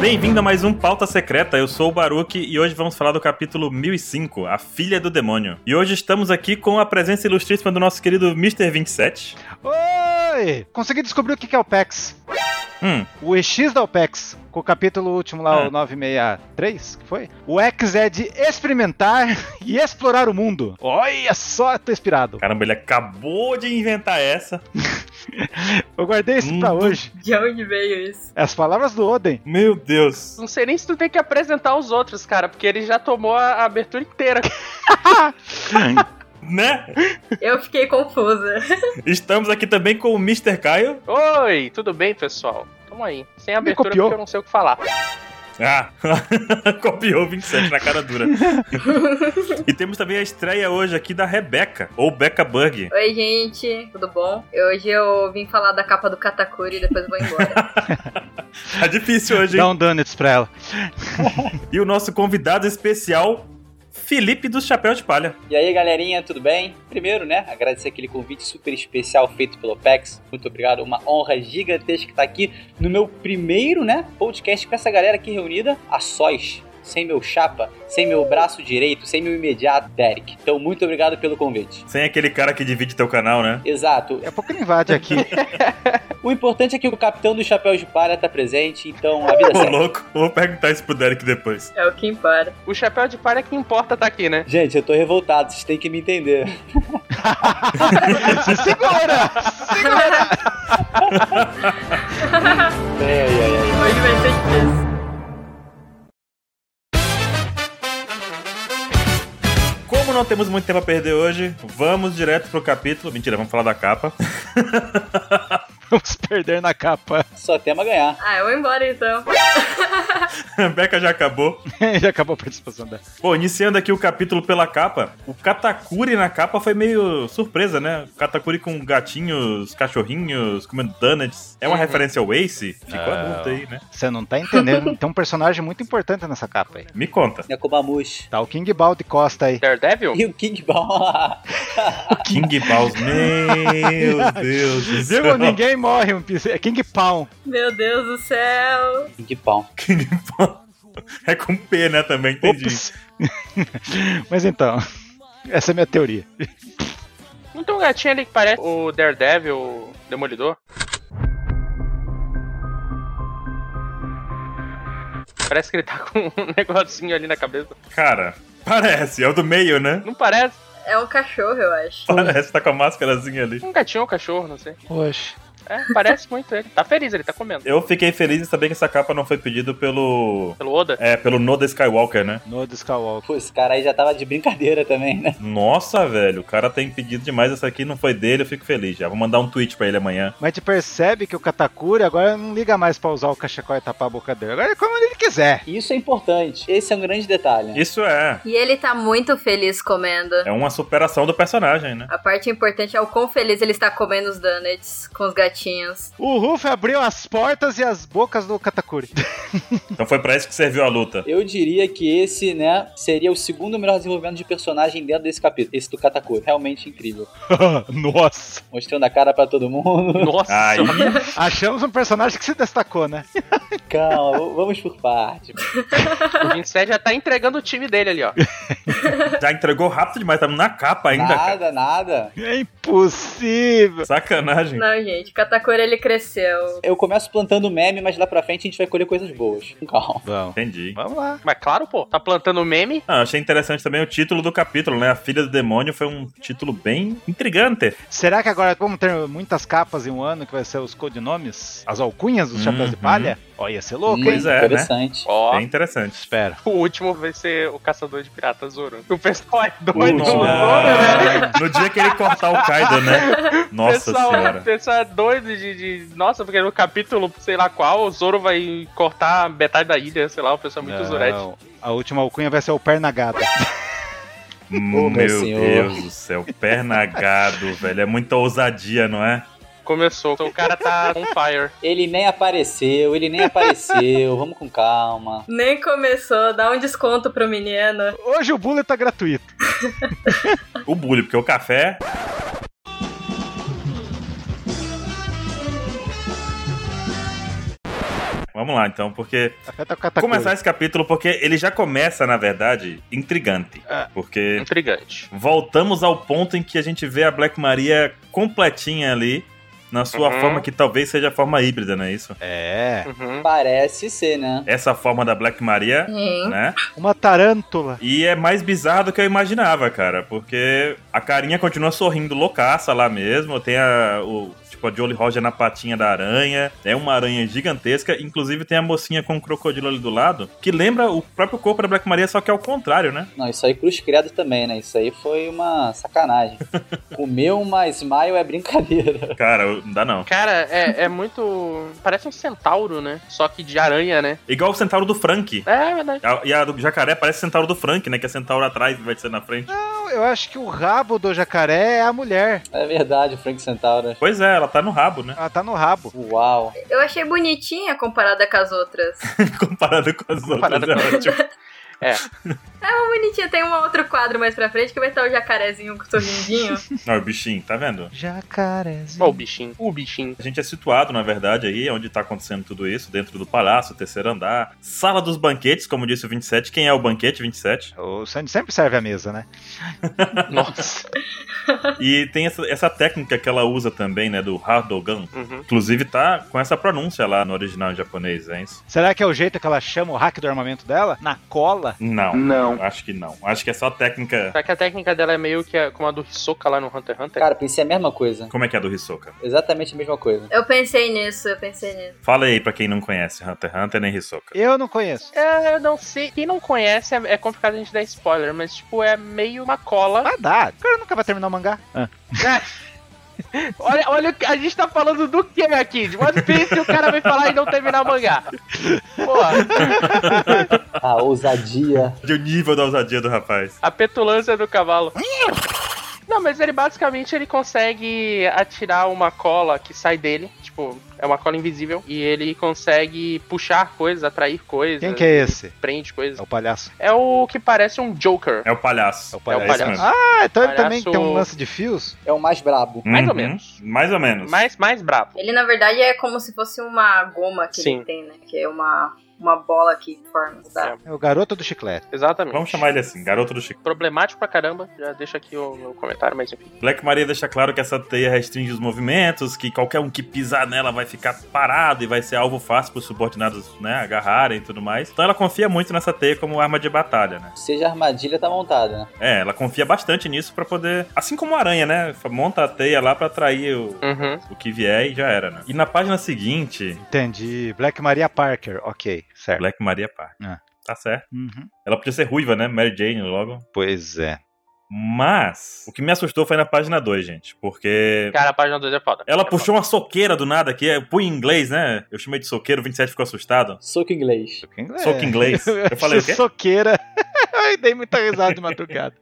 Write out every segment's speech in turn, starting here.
Bem-vindo a mais um Pauta Secreta. Eu sou o Baruque e hoje vamos falar do capítulo 1005, A Filha do Demônio. E hoje estamos aqui com a presença ilustríssima do nosso querido Mr. 27. Oi! Consegui descobrir o que que é o PEX. Hum, O EX da OPEX, com o capítulo último lá, Ah. o 963, que foi? O X é de experimentar e explorar o mundo. Olha só, tô inspirado. caramba, ele acabou de inventar essa. Eu guardei isso pra Mundo. hoje. De onde veio isso? As palavras do Oden. Meu Deus. Não sei nem se tu tem que apresentar os outros, cara, porque ele já tomou a a abertura inteira. Né? Eu fiquei confusa. Estamos aqui também com o Mr. Caio. Oi, tudo bem, pessoal? Tamo aí. Sem abertura copiou? porque eu não sei o que falar. Ah, copiou o 27 na cara dura. e temos também a estreia hoje aqui da Rebeca, ou Becca Bug. Oi, gente, tudo bom? Hoje eu vim falar da capa do Katakuri e depois vou embora. Tá difícil hoje, hein? Dá um donuts pra ela. E o nosso convidado especial, Felipe do Chapéu de Palha. E aí, galerinha, tudo bem? Primeiro, né, agradecer aquele convite super especial feito pelo Opex. Muito obrigado, uma honra gigantesca estar aqui no meu primeiro, né, podcast com essa galera aqui reunida a sós. Sem meu chapa, sem meu braço direito, sem meu imediato, Derek. Então, muito obrigado pelo convite. Sem aquele cara que divide teu canal, né? Exato. Daqui a pouco ele invade aqui. O importante é que o capitão do chapéu de palha tá presente, então a vida Ô, segue. louco, vou perguntar isso pro Derek depois. É o que importa. O chapéu de palha que importa tá aqui, né? Gente, eu tô revoltado, vocês têm que me entender. Se segura! Se segura! Ai, ai, ai. Hoje vai ser difícil. Como não temos muito tempo a perder hoje, vamos direto pro capítulo. Mentira, vamos falar da capa. Vamos perder na capa. Só tema ganhar. Ah, eu vou embora então. Rebeca já acabou. Já acabou a participação dela. Bom, iniciando aqui o capítulo pela capa, o Katakuri na capa foi meio surpresa, né? O Katakuri com gatinhos, cachorrinhos, comendo donuts. É uma Uhum. referência ao Ace? Ficou a dúvida aí, né? Você não tá entendendo. Tem um personagem muito importante nessa capa aí. Me conta. né, Nekomamush. Tá o King Baldi Costa aí. Daredevil? E o King Ball. King Balls, meu Deus do céu. Viu? Ninguém morre. um piso- É King Pão. Meu Deus do céu. King Pão. King Balls. É com P, né? Também, entendi. Ops. Mas então, essa é minha teoria. Não tem um gatinho ali que parece o Daredevil, o Demolidor? Parece que ele tá com um negocinho ali na cabeça. Cara, parece. É o do meio, né? Não parece? É um cachorro, eu acho. Parece, tá com a máscarazinha ali. Um gatinho ou um cachorro, não sei. Oxe. É, parece muito ele. Tá feliz, ele tá comendo. Eu fiquei feliz em saber que essa capa não foi pedida pelo... Pelo Oda? É, pelo Noda Skywalker, né? No do Skywalker. Pô, esse cara aí já tava de brincadeira também, né? Nossa, velho, o cara tem pedido demais. Essa aqui não foi dele, eu fico feliz já. Vou mandar um tweet pra ele amanhã. Mas a gente percebe que o Katakuri agora não liga mais pra usar o cachecol e tapar a boca dele. Agora é como ele quiser. E Isso é importante. Esse é um grande detalhe. Isso é. E ele tá muito feliz comendo. É uma superação do personagem, né? A parte importante é o quão feliz ele está comendo os donuts com os gatinhos. O Ruff abriu as portas e as bocas do Katakuri. Então foi pra isso que serviu a luta. Eu diria que esse, né, seria o segundo melhor desenvolvimento de personagem dentro desse capítulo. Esse do Katakuri. Realmente incrível. Nossa. Mostrando a cara pra todo mundo. Nossa! Aí, Achamos um personagem que se destacou, né? Calma, v- vamos por parte. O 27 já tá entregando o time dele ali, ó. já entregou rápido demais, tá na capa ainda, cara. Nada, nada. É impossível. Sacanagem. Não, gente, o Katakuri ele cresceu. Eu começo plantando meme, mas lá pra frente a gente vai colher coisas boas. Com Calma. Vamos. Entendi. Vamos lá. Mas claro, pô, tá plantando meme. Ah, achei interessante também o título do capítulo, né? A Filha do Demônio foi um título bem intrigante. Será que agora vamos ter muitas capas em um ano que vai ser os codinomes? As alcunhas dos chapéus de Uhum. palha? Ó, ia ser louco, hein? Pois é, né? Hum, Interessante. Ó, Bem interessante. Espero. o último vai ser o caçador de piratas Zoro. O pessoal é doido. Último. um Nossa. No dia que ele cortar o Kaido, né? O Nossa pessoal, o senhora. pessoal é doido de, de- Nossa, porque no capítulo, sei lá qual, o Zoro vai cortar metade da ilha, sei lá, o pessoal é muito Zorete. Não, A última alcunha vai ser o Pernagada. Meu meu senhor. Deus do céu. Pernagado, velho. É muita ousadia, não é? Começou. O cara tá on fire. Ele nem apareceu, ele nem apareceu. Vamos com calma. Nem começou, dá um desconto pro menino. Hoje o bullet tá gratuito. O bullying, porque o café. Vamos lá então, porque. Afeta o Tá Katakuri. Começar esse capítulo, porque ele já começa, na verdade, intrigante. É. Porque Intrigante. voltamos ao ponto em que a gente vê a Black Maria completinha ali, na sua Uhum. forma que talvez seja a forma híbrida, não é isso? É. Uhum. Parece ser, né? Essa forma da Black Maria, Sim. né? Uma tarântula. E é mais bizarro do que eu imaginava, cara, porque a carinha continua sorrindo loucaça lá mesmo, tem a, o, tipo, a Jolly Roger na patinha da aranha, é uma aranha gigantesca, inclusive tem a mocinha com o crocodilo ali do lado, que lembra o próprio corpo da Black Maria, só que é o contrário, né? Não, isso aí cruz credo também, né? Isso aí foi uma sacanagem. Comer uma Smile é brincadeira. Cara, eu- não dá não. Cara, é, é muito. Parece um centauro, né? Só que de aranha, né? Igual o centauro do Frank. É, é verdade. A- E a do jacaré parece centauro do Frank, né? Que é centauro atrás vai ser na frente. Não, Então, eu acho que o rabo do jacaré é a mulher. É verdade, Frank Centauro. Pois é, ela tá no rabo, né? Ela tá no rabo. Uau. Eu achei bonitinha comparada com as outras. Comparado com as Comparado outras, é ótimo. É uma bonitinha. Tem um outro quadro mais pra frente que vai estar o jacarezinho com o sorrindinho. Não, o bichinho, tá vendo? Jacarezinho. Ó, o bichinho. O bichinho. A gente é situado, na verdade, aí, onde tá acontecendo tudo isso, dentro do palácio, terceiro andar, sala dos banquetes, como disse o 27. Quem é o banquete 27? O Sandy sempre serve a mesa, né? Nossa. E tem essa, essa técnica que ela usa também, né, do Hardogan. Uhum. Inclusive tá com essa pronúncia lá no original em japonês, é isso? Será que é o jeito que ela chama o hack do armamento dela? Na cola? Não. Não. Acho que não. Acho que é só técnica. Será que a técnica dela é meio que a- como a do Hisoka lá no Hunter x Hunter? Cara, pensei a mesma coisa. Como é que é a do Hisoka? Exatamente a mesma coisa. Eu pensei nisso, eu pensei nisso. Fala aí pra quem não conhece Hunter x Hunter nem Hisoka. Eu não conheço. É, eu não sei. Quem não conhece, é, é complicado a gente dar spoiler, mas, tipo, é meio uma cola. Mas dá. O cara nunca vai terminar o mangá. Ah. Olha, olha, o que- a gente tá falando do que aqui? De One Piece e o cara vem falar e não terminar o mangá. Porra, A ousadia. De o nível da ousadia do rapaz. a petulância do cavalo. Não, mas ele basicamente ele consegue atirar uma cola que sai dele, tipo, é uma cola invisível, e ele consegue puxar coisas, atrair coisas. Quem que é esse? Prende coisas. É o palhaço. É o que parece um Joker. É o palhaço. É o palhaço. isso É o mesmo. Ah, então ele também Palhaço- tem um lance de fios? É o mais brabo. Mais ou Uhum. menos. Mais ou um menos. Mais, mais brabo. Ele, na verdade, é como se fosse uma goma que Sim. ele tem, né? Que é uma, uma bola que forma. Tá? É o garoto do chiclete. Exatamente. Vamos chamar ele assim, garoto do Chico. Problemático pra caramba. Já deixa aqui o meu comentário, mas enfim. Black Maria deixa claro que essa teia restringe os movimentos, que qualquer um que pisar nela vai ficar parado e vai ser alvo fácil para os subordinados né, agarrarem e tudo mais. Então ela confia muito nessa teia como arma de batalha, né? Seja a armadilha, tá montada, né? É, ela confia bastante nisso para poder. Assim como a aranha, né? Monta a teia lá para atrair o, Uhum. o que vier e já era, né? E na página seguinte, Entendi. Black Maria Parker. Ok, certo. Black Maria Park. É. Tá certo. Uhum. Ela podia ser ruiva, né? Mary Jane logo. Pois é. Mas o que me assustou foi na página 2, gente. Porque Cara, a página 2 é foda. Ela É puxou uma soqueira do nada, que é punho em inglês, né? Eu chamei de soqueiro, o 27 ficou assustado. Soco inglês. Soco inglês. Soco inglês. Eu falei o quê? Soqueira. Ai, dei muita risada de madrugada.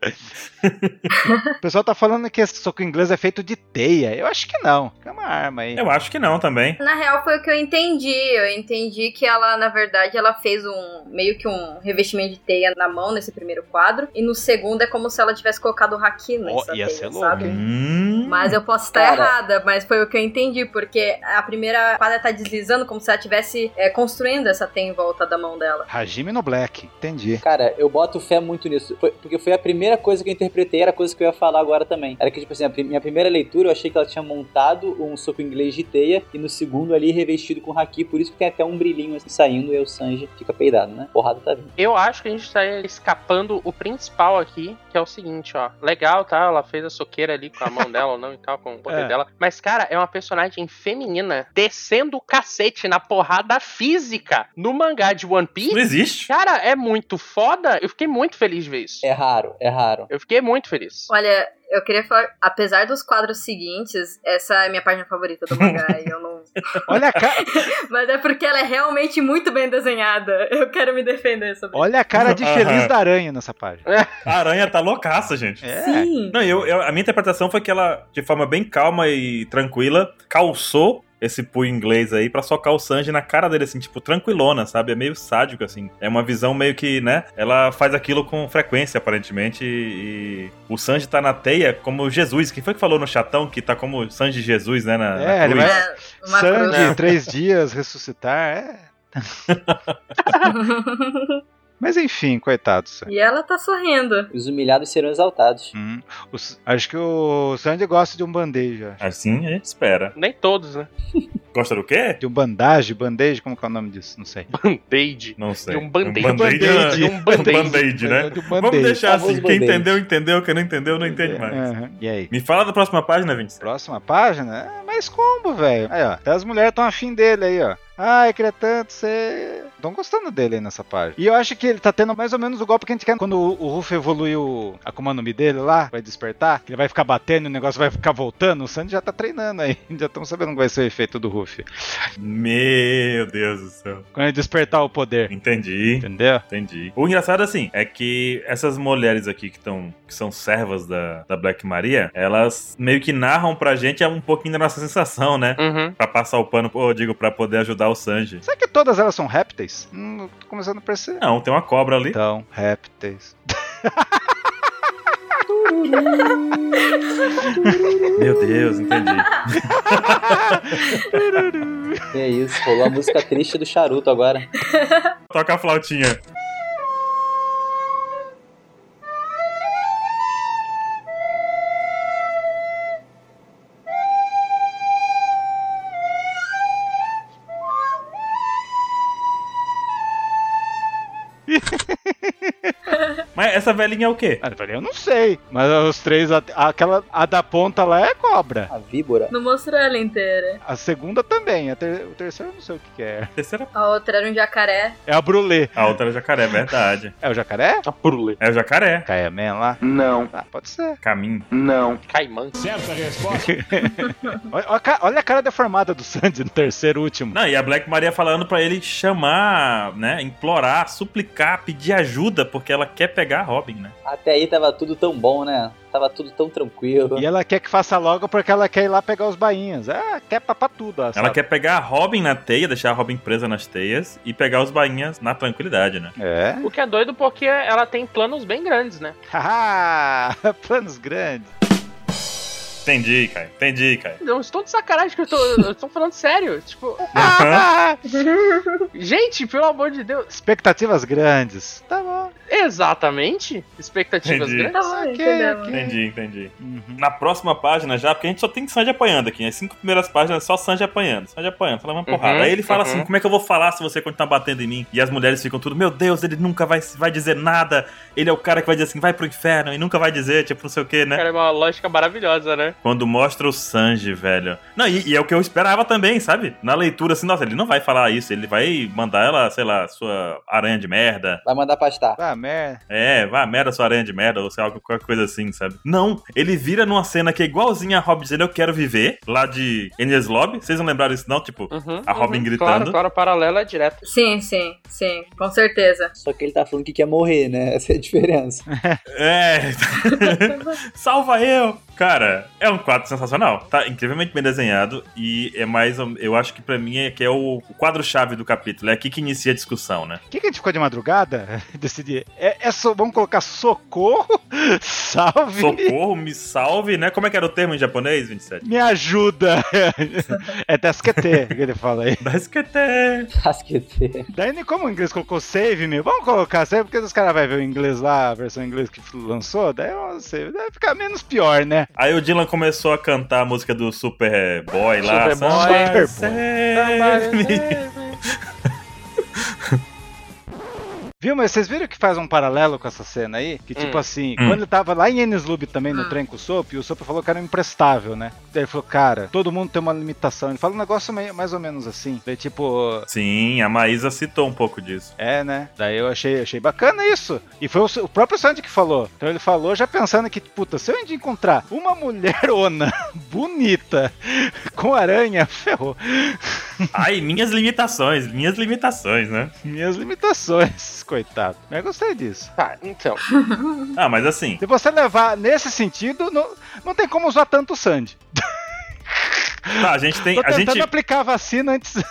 o pessoal tá falando que esse soco inglês é feito de teia. Eu acho que não. É uma arma aí. Eu acho que não também. Na real, foi o que eu entendi. Eu entendi que ela, na verdade, ela fez um meio que um revestimento de teia na mão nesse primeiro quadro. E no segundo é como se ela tivesse colocado o haki Ó, nessa ia teia, ser louco, sabe? hein? Hum, Mas eu posso estar Cara. errada, mas foi o que eu entendi, porque a primeira quadra tá deslizando como se ela estivesse construindo essa teia em volta da mão um dela. Hajime no Black. Entendi. Cara, eu boto fé muito nisso. Foi- porque foi a primeira coisa que eu interpretei, era a coisa que eu ia falar agora também. Era que, tipo assim, a pri- minha primeira leitura eu achei que ela tinha montado um soco inglês de teia e no segundo ali revestido com haki, por isso que tem até um brilhinho assim saindo e aí o Sanji fica peidado, né? Porrada tá vindo. Eu acho que a gente tá escapando o principal aqui, que é o seguinte, ó. Legal, tá? Ela fez a soqueira ali com a mão dela ou não e tal, com o poder É. dela. Mas, cara, é uma personagem feminina descendo o cacete na porrada física no mangá de One não Piece. existe. Cara, é muito foda. Eu fiquei muito feliz de ver isso. É raro, é raro. Eu fiquei muito feliz. Olha, eu queria falar, apesar dos quadros seguintes, essa é minha página favorita do mangá, e eu não... Olha a, ca- Mas é porque ela é realmente muito bem desenhada. Eu quero me defender sobre Olha a cara de feliz Aham. da aranha nessa página. A aranha tá loucaça, gente. É. Sim. Não, eu, eu- a minha interpretação foi que ela, de forma bem calma e tranquila, calçou esse punho inglês aí pra socar o Sanji na cara dele, assim, tipo, tranquilona, sabe? É meio sádico, assim. É uma visão meio que, né? Ela faz aquilo com frequência, aparentemente, e, e o Sanji tá na teia como Jesus. Quem foi que falou no chatão que tá como Sanji Jesus, né? Na, na É, ele cruz? vai- É, uma cruz. Sandy, três dias, ressuscitar. É. Mas enfim, coitados. e ela tá sorrindo. Os humilhados serão exaltados. Hum, os- acho que o Sandy gosta de um band-aid, eu acho. Assim a gente espera. Nem todos, né? Gosta do quê? De um bandage, band-aid, como que é o nome disso? Não sei. Band-aid. Não sei. De um band-aid. Um band-aid, Band-aid. né? Um band-aid. Um band-aid, né? De um Vamos band-aid. É. deixar assim. Famoso Quem band-aid. entendeu, entendeu. Quem não entendeu, não entende mais. Aham. E aí? Me fala da próxima página, 27. Próxima página? É mais combo, velho. Aí, ó. Até as mulheres estão afim dele aí, ó. Ai, queria tanto ser. Estão gostando dele aí nessa página. E eu acho que ele tá tendo mais ou menos o golpe que a gente quer. Quando o, o Ruff evoluiu a Akuma no Mi dele lá, vai despertar, que ele vai ficar batendo e o negócio vai ficar voltando. O Sandy já tá treinando aí. Já estão sabendo qual vai ser o efeito do Ruff. Meu Deus do céu. Quando ele despertar o poder. Entendi. Entendeu? Entendi. O engraçado, assim, é que essas mulheres aqui que, tão, que são servas da, da Black Maria, elas meio que narram pra gente um pouquinho da nossa sensação, né? Uhum. Pra passar o pano, ou eu digo, pra poder ajudar o Sanji. Será que todas elas são répteis? Hum, eu tô começando a perceber. Não, tem uma cobra ali. Então, répteis. Meu Deus, entendi. É isso, rolou a música triste do charuto agora. Toca a flautinha. Mas essa velhinha é o quê? Ah, eu falei, eu não sei. Mas os três, a- aquela. A da ponta lá é cobra. A víbora. Não mostrou ela inteira. A segunda também. A ter- O terceiro eu não sei o que, que é. A terceira. A outra era um jacaré. É a brulê. A outra é jacaré, é verdade. É o jacaré? A prule. É o jacaré. Caiaman lá? Não, Ah, pode ser. Caminho. não. Caimã. Olha, olha a ca- olha a cara deformada do Sandy no terceiro último. Não, e a Black Maria falando pra ele chamar, né? Implorar, suplicar, pedir ajuda, porque ela quer pegar a Robin, né? Até aí tava tudo tão bom, né? Tava tudo tão tranquilo. E ela quer que faça logo porque ela quer ir lá pegar os bainhas. Ah, quer papar tudo. Ó, Ela quer pegar a Robin na teia, deixar a Robin presa nas teias e pegar os bainhas na tranquilidade, né? É? O que é doido porque ela tem planos bem grandes, né? Haha, Ah, planos grandes. Entendi, cara. Entendi, cara. Não estou de sacanagem que eu tô. Eu tô falando sério. Tipo. Ah, Gente, pelo amor de Deus. expectativas grandes. Tá bom. Exatamente. Expectativas Entendi. grandes. Tá bom, Ok, entendeu? ok. Entendi, entendi. Uhum. Na próxima página já, porque a gente só tem Sanji apanhando aqui. né? As cinco primeiras páginas é só Sanji apanhando. Sanji apanhando, falando uma Uhum, porrada. Aí ele fala uhum. assim: como é que eu vou falar se você continuar batendo em mim? E as mulheres ficam tudo, meu Deus, ele nunca vai, vai dizer nada. Ele é o cara que vai dizer assim, vai pro inferno e nunca vai dizer, tipo, não sei o que, né? Cara, é uma lógica maravilhosa, né? Quando mostra o Sanji, velho. Não, e, e é o que eu esperava também, sabe? Na leitura, assim, nossa, ele não vai falar isso, ele vai mandar ela, sei lá, sua aranha de merda. Vai mandar pastar. Ah, merda. É, vá merda, sua aranha de merda, ou sei lá, qualquer coisa assim, sabe? Não, ele vira numa cena que é igualzinha a Hobbit dizendo Eu Quero Viver, lá de Enies Lobby. Vocês não lembraram isso, não? Tipo, Uhum. a Robin uhum. gritando. Claro, claro, paralela é direto. Sim, sim, sim, com certeza. Só que ele tá falando que quer morrer, né? Essa é a diferença. É. Salva eu! Cara, é um quadro sensacional. Tá incrivelmente bem desenhado e é mais. um- Eu acho que pra mim é que é o o quadro-chave do capítulo. É aqui que inicia a discussão, né? O que, que a gente ficou de madrugada? Decidir. É, é so- vamos colocar socorro? Salve! Socorro, me salve, né? Como é que era o termo em japonês, 27? Me ajuda! é Dasquete que ele fala aí. Dasukete. Casquete. Daí, nem como o inglês colocou save me, vamos colocar save, porque os caras vão ver o inglês lá, a versão inglesa que lançou, daí eu não sei, deve ficar menos pior, né? Aí o Dylan começou a cantar a música do Superboy lá. Superboy. Somebody Superboy. save me. Viu, mas vocês viram que faz um paralelo com essa cena aí? Que tipo Hum. assim, Hum. quando ele tava lá em Eneslub também no Hum. trem com o Sop, e o Sop falou que era imprestável, né? Daí ele falou, cara, todo mundo tem uma limitação. Ele fala um negócio meio, mais ou menos assim. Daí tipo, Sim, a Maísa citou um pouco disso. É, né? Daí eu achei, achei bacana isso. E foi o, o próprio Sandy que falou. Então ele falou já pensando que, puta, se eu ainda encontrar uma mulherona bonita com aranha, ferrou. Ai, minhas limitações, minhas limitações, né? Minhas limitações, coitado. Mas eu gostei disso. Tá, então. Ah, mas assim, Se você levar nesse sentido, não, não tem como usar tanto o Sandy. tá, a gente tem. Tô A tentando gente, aplicar a vacina antes.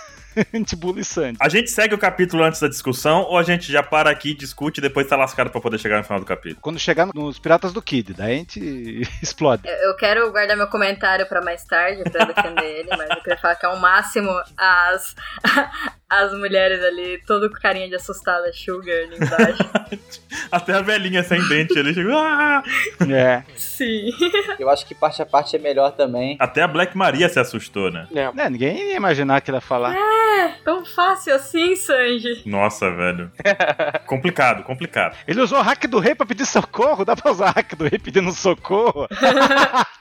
Anti-bully Sandy. A gente segue o capítulo antes da discussão ou a gente já para aqui, discute e depois tá lascado pra poder chegar no final do capítulo? Quando chegar nos Piratas do Kid, daí a gente explode. Eu quero guardar meu comentário pra mais tarde, pra defender ele, mas eu queria falar que ao máximo as, as mulheres ali, todo com carinha de assustada, sugar ali embaixo. Até a velhinha sem dente ele chegou. "Ah!" É. Sim. Eu acho que parte a parte é melhor também. Até a Black Maria se assustou, né? É. É, ninguém ia imaginar que ele ia falar. Tão fácil assim, Sanji. Nossa, velho. complicado, complicado. Ele usou o hack do rei pra pedir socorro. Dá pra usar o hack do rei pedindo socorro?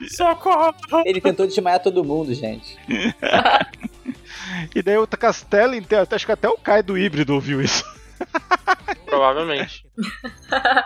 Socorro! Ele tentou desmaiar todo mundo, gente. E daí o castelo inteiro, até- acho que até o Kai do híbrido ouviu isso. Provavelmente.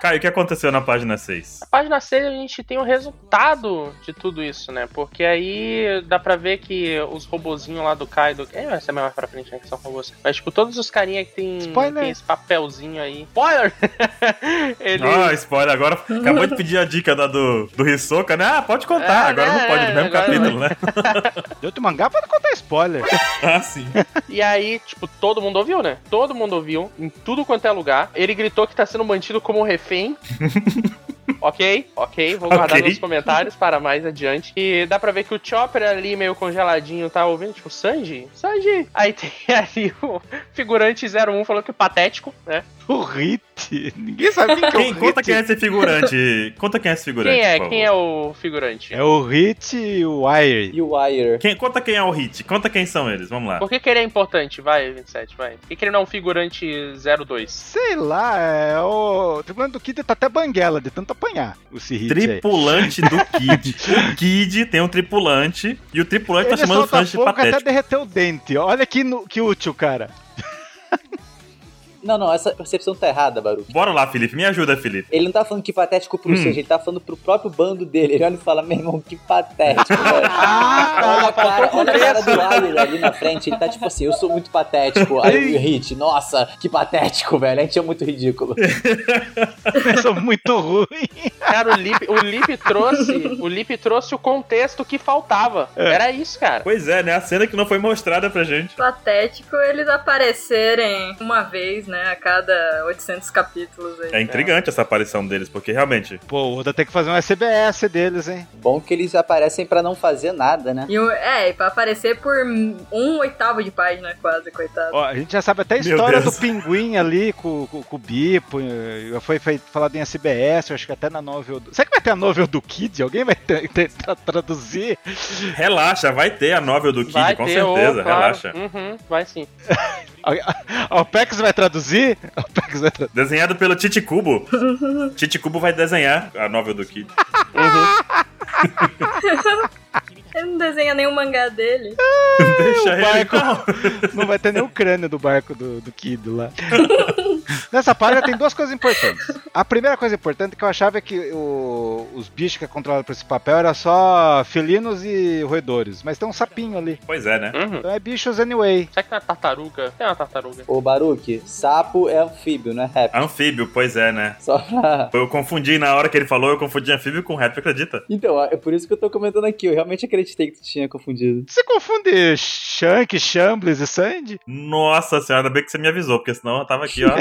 Caio, o que aconteceu na página 6? Página 6 a gente tem o resultado de tudo isso, né? Porque aí dá pra ver que os robozinhos lá do Kaido. É, essa é mais pra frente, né? Que são robôs. Mas, tipo, todos os carinha que tem, Spoiler. tem esse papelzinho aí. Spoiler! Ele. Ah, spoiler, agora acabou de pedir a dica da do, do Hisoka, né? Ah, pode contar, É, agora né, não pode, no é, mesmo agora capítulo, né? De outro mangá pra não contar spoiler. Ah, sim. E aí, tipo, todo mundo ouviu, né? Todo mundo ouviu, em tudo quanto é lugar. Ele gritou que tá sendo mantido como refém. ok, ok, vou guardar Ok. meus comentários para mais adiante. E dá pra ver que o Chopper ali, meio congeladinho, tá ouvindo, tipo, Sanji? Sanji! Aí tem ali o figurante 01 falando que patético, né? O Hit. Ninguém sabe quem que é Quem, o conta Hit. quem é esse figurante. Conta quem é esse figurante. Quem é? por Quem favor. é o figurante? É o Hit e o Wire. E o Wire. Quem- conta quem é o Hit, conta quem são eles, vamos lá. Por que, que ele é importante? Vai, 27, vai. Por que, que ele não é um figurante 02? Sei lá, é o... o tripulante do Kid tá até banguela de tanto apanhar o Hit aí. Tripulante do Kid. o Kid tem um tripulante e o tripulante tá Ele chamando o solta Sanji de fogo até patético. derreter o dente. Olha que, nu- que útil, cara. Não, não, essa percepção tá errada, Baruch. Bora lá, Felipe, me ajuda, Felipe. Ele não tá falando que patético pro Hum. Sanji, ele tá falando pro próprio bando dele. Ele olha e fala, meu irmão, que patético, velho. Olha a cara, olha a cara do Wire ali na frente, ele tá tipo assim, eu sou muito patético. Aí o Hit, nossa, que patético, velho. A gente é muito ridículo. Sou é muito ruim. Cara, o Lip, o Lip trouxe. O Lip trouxe o contexto que faltava. É. Era isso, cara. Pois é, né? A cena que não foi mostrada pra gente. Patético eles aparecerem uma vez, né, a cada 800 capítulos aí. É intrigante essa aparição deles, porque realmente. Pô, o Oda tem que fazer um SBS deles, hein? Bom que eles aparecem pra não fazer nada, né? E o- é, e pra aparecer por um oitavo de página, quase, coitado. Ó, a gente já sabe até a Meu história do Deus. pinguim ali com, com, com o Bipo. eh, Foi, foi falado em SBS, eu acho que até na novel. Do... Será que vai ter a novel do Kid? Alguém vai ter, ter- tra- traduzir? Relaxa, vai ter a novel do Kid, com ô, certeza, claro. relaxa. Uhum, vai sim. A Opex vai traduzir? A Opex vai traduzir. Desenhado pelo Tite Cubo. Tite Cubo vai desenhar a novel do Kid. Ele não desenha nenhum mangá dele. Deixa ele. barco. Não. Não vai ter nem o crânio do barco do, do Kid lá. Nessa página tem duas coisas importantes. A primeira coisa importante que eu achava é que o- os bichos que é controlado por esse papel era só felinos e roedores, mas tem um sapinho ali. Pois é, né? Uhum. Então é bichos anyway. Será que tem uma tartaruga? Tem uma tartaruga. Ô, Baruque, sapo é anfíbio, né? Ah. Rap. Anfíbio, pois é, né? Só pra... Eu confundi na hora que ele falou, eu confundi anfíbio com rap, acredita? Então, ó, é por isso que eu tô comentando aqui. Eu realmente acreditei que tu tinha confundido. Você confunde Shank, Shambles e Sandy? Nossa senhora, ainda bem que você me avisou, porque senão eu tava aqui, ó.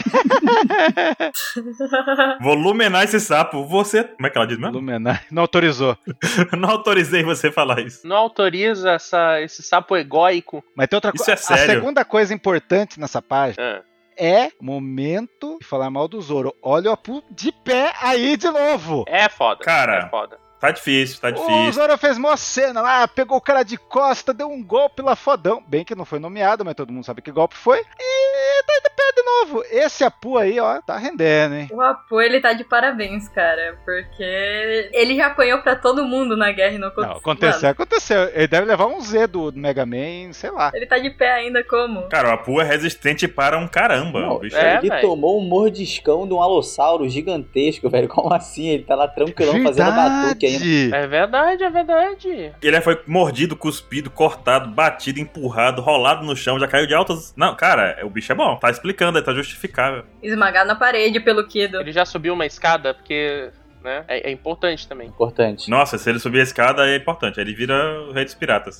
Vou luminar esse sapo. Você. Como é que ela diz mesmo? Lumenar não autorizou. Não autorizei você falar isso. Não autoriza essa, esse sapo egóico. Mas tem outra Isso coisa. é sério? A segunda coisa importante nessa página Ah. é momento de falar mal do Zoro. Olha o Apu de pé aí de novo. É foda. Cara. É foda. Tá difícil, tá O difícil. Zoro fez mó cena lá, pegou o cara de costa, deu um golpe lá fodão. Bem que não foi nomeado, mas todo mundo sabe que golpe foi. E tá de pé de novo. Esse Apu aí, ó, tá rendendo, hein? O Apu, ele tá de parabéns, cara, porque ele já apanhou pra todo mundo na guerra e não aconteceu. Não, aconteceu, aconteceu. Ele deve levar um Z do do Mega Man, sei lá. Mano, ele tá de pé ainda como? Cara, o Apu é resistente para um caramba. Não, o bicho é, ele velho. tomou um mordiscão de um alossauro gigantesco, velho. Como assim? Ele tá lá tranquilão fazendo batuque né? ainda. É verdade, é verdade. Ele foi mordido, cuspido, cortado, batido, empurrado, rolado no chão, já caiu de altas. Não, cara, o bicho é bom. Tá explicando, tá justificável. Esmagado na parede pelo Kido. Ele já subiu uma escada, porque. Né? É, é importante também. Importante. Nossa, se ele subir a escada é importante. Aí Ele vira o rei dos piratas.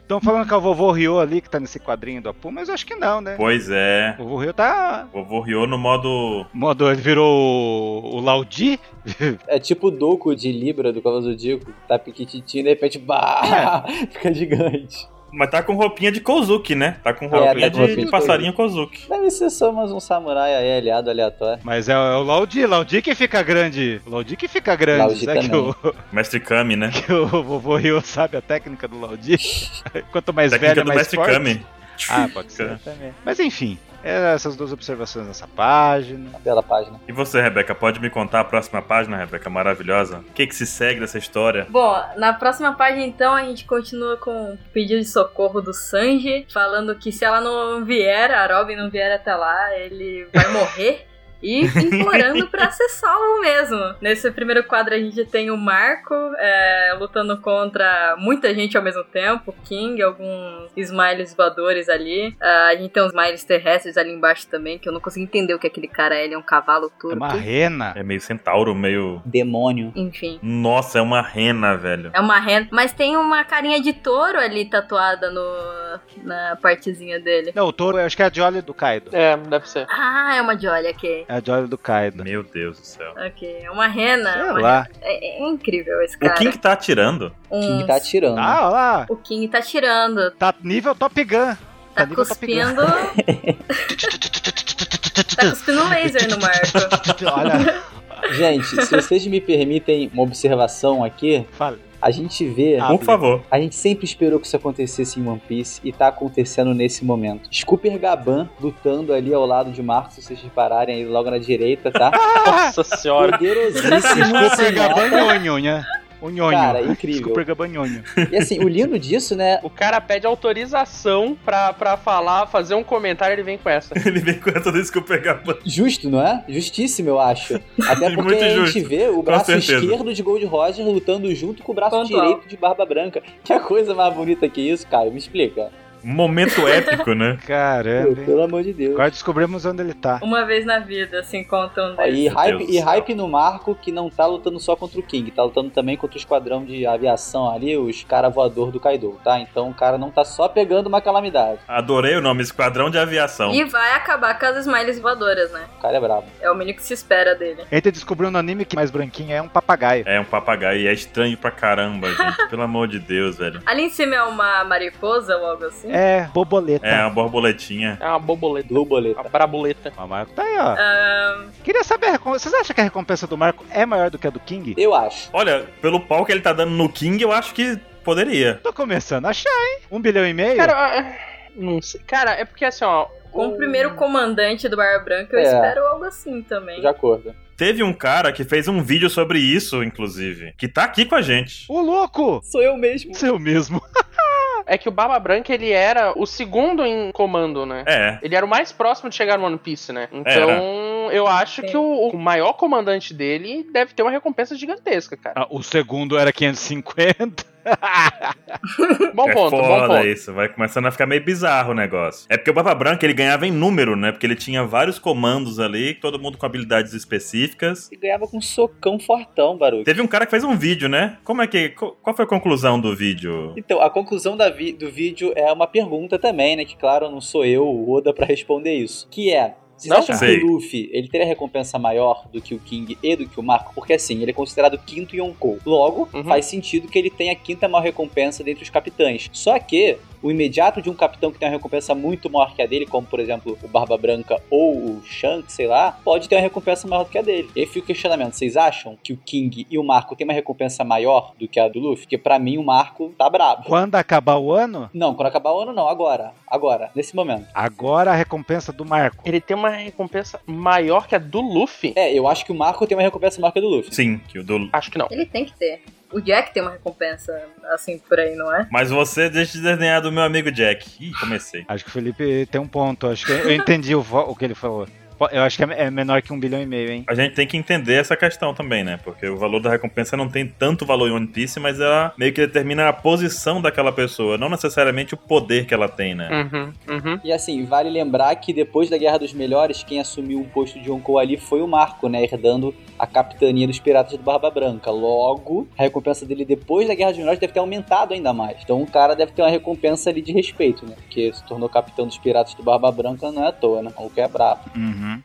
Estão falando que é o vovô Ryo ali que tá nesse quadrinho do Apu, mas eu acho que não, né? Pois é. O vovô Ryo tá. Vovô Ryo no modo. Modo, ele virou o, o Laudi? É tipo o Doku de Libra do Cavalo Zodíaco. Tá pequititinho e de repente, bah, fica gigante. Mas tá com roupinha de Kozuki, né? Tá com roupinha, tá com roupinha de, de passarinho Kozuki. Deve ser só mais um samurai aí aliado aleatório. Mas é, é o Laudi, Laudi que fica grande. Laudi que fica grande. Laudi Será que também. o, Mestre Kami, né? que o vovô Ryo sabe a técnica do Laudi? Quanto mais Técnica velho, do mais Mestre forte. Kami. Ah, pode ser também. Mas enfim, eram essas duas observações nessa página. Bela tá página. E você, Rebeca, pode me contar a próxima página, Rebeca? Maravilhosa. O que, que se segue dessa história? Bom, na próxima página, então, a gente continua com o pedido de socorro do Sanji, falando que se ela não vier, a Robin não vier até lá, ele vai morrer. E implorando pra ser salvo mesmo. Nesse primeiro quadro a gente tem o Marco é, lutando contra muita gente ao mesmo tempo. King, alguns smiles voadores ali. Ah, a gente tem uns smiles terrestres ali embaixo também, que eu não consigo entender o que aquele cara é. Ele é um cavalo É turco. uma rena. É meio centauro, meio. Demônio. Enfim. Nossa, é uma rena, velho. É uma rena, mas tem uma carinha de touro ali tatuada no, na partezinha dele. Não, o touro, eu acho que é a Jolly do Kaido. É, deve ser. Ah, é uma Jolly, ok. É a Jolly do Kaido. Meu Deus do céu. Ok, é uma rena. Sei uma- lá. É, é incrível esse O cara. King tá atirando? Uns- King tá atirando. Ah, olha lá. o King tá tirando, Tá nível Top Gun. tá nível Top Gun. cuspindo. tá cuspindo laser no Marco. Tipo, Olha, Gente, se vocês me permitem uma observação aqui, fala. a gente vê. Ah. Por favor. A gente sempre esperou que isso acontecesse em One Piece e tá acontecendo nesse momento. Scooper Gaban lutando ali ao lado de Marcos, se vocês repararem aí logo na direita, tá? Nossa senhora. Poderosíssimo assim, Desculpa, sinal. gabanhonho, né? O nhonho. Cara, incrível. Desculpa, gabanhonho. E assim, o lindo disso, né? O cara pede autorização pra, pra falar, fazer um comentário ele vem com essa. Ele vem com essa desse que eu pegar. Justo, não é? Justíssimo, eu acho. Até E porque muito a gente justo, vê o braço certeza. esquerdo de Gold Roger lutando junto com o braço Pontual. direito de Barba Branca. Que coisa mais bonita que isso, cara? Me explica. Momento épico, né? Pô, Caramba, hein? pelo amor de Deus. Agora descobrimos onde ele tá. Uma vez na vida assim, um se encontram dois. E hype, Deus e do céu. hype no Marco que não tá lutando só contra o King, tá lutando também contra o esquadrão de aviação ali, os cara voador do Kaido, tá? Então o cara não tá só pegando uma calamidade. Adorei o nome, Esquadrão de Aviação. E vai acabar com as smiles voadoras, né? O cara é brabo. É o mínimo que se espera dele. A gente descobriu no tá anime que mais branquinho é um papagaio. É um papagaio e é estranho pra caramba, gente. Pelo amor de Deus, velho. Ali em cima é uma mariposa ou algo assim. É, borboleta. É uma borboletinha. É uma borboleta. Borboleta. Uma braboleta. Mas O Marco tá aí, ó. Ah, Queria saber, a recompensa. vocês acham que a recompensa do Marco é maior do que a do King? Eu acho. Olha, pelo pau que ele tá dando no King, eu acho que poderia. Tô começando a achar, hein? Um bilhão e meio? Cara, ah, não sei. Cara, é porque assim, ó. com o primeiro comandante do Barra Branca, eu É. espero algo assim também. De acordo. Teve um cara que fez um vídeo sobre isso, inclusive, que tá aqui com a gente. O louco! Sou eu mesmo. Seu mesmo. É que o Barba Branca, ele era o segundo em comando, né? É. Ele era o mais próximo de chegar no One Piece, né? Então, eu acho que o, o maior comandante dele deve ter uma recompensa gigantesca, cara. Ah, o segundo era 550. Bom é ponto, bom foda ponto. isso, vai começando a ficar meio bizarro o negócio. É porque o Barba Branca ele ganhava em número, né? Porque ele tinha vários comandos ali, todo mundo com habilidades específicas. E ganhava com um socão fortão, Baruch. Teve um cara que fez um vídeo, né? Como é que. co- Qual foi a conclusão do vídeo? Então, a conclusão da vi- do vídeo é uma pergunta também, né? Que claro, não sou eu, o Oda, pra responder isso. Que é. Vocês Não, acham cara. que o Luffy ele teria recompensa maior do que o King e do que o Marco? Porque assim, ele é considerado o quinto Yonkou. Logo, Uhum. faz sentido que ele tenha a quinta maior recompensa dentre os capitães. Só que o imediato de um capitão que tem uma recompensa muito maior que a dele, como por exemplo o Barba Branca ou o Shanks, sei lá, pode ter uma recompensa maior do que a dele. E aí fica o questionamento: vocês acham que o King e o Marco têm uma recompensa maior do que a do Luffy? Porque pra mim o Marco tá brabo. Quando acabar o ano, Não, quando acabar o ano, não. Agora. Agora. Nesse momento. agora a recompensa do Marco. Ele tem uma recompensa maior que a do Luffy? É, eu acho que o Marco tem uma recompensa maior que a do Luffy. Sim, que o do. Acho que não. Ele tem que ter. O Jack tem uma recompensa assim por aí, não é? Mas você deixa de desenhar do meu amigo Jack. Ih, comecei. Acho que o Felipe tem um ponto. Acho que eu entendi o, vo- o que ele falou. Po- Eu acho que é é menor que um bilhão e meio, hein? A gente tem que entender essa questão também, né? Porque o valor da recompensa não tem tanto valor em One Piece, mas ela meio que determina a posição daquela pessoa, não necessariamente o poder que ela tem, né? Uhum, uhum. E assim, vale lembrar que depois da Guerra dos Melhores, quem assumiu o posto de Yonkou ali foi o Marco, né? Herdando a capitania dos Piratas do Barba Branca. Logo, a recompensa dele depois da Guerra dos Melhores deve ter aumentado ainda mais. Então o cara deve ter uma recompensa ali de respeito, né? Porque se tornou capitão dos Piratas do Barba Branca não é à toa, né? O maluco é brabo.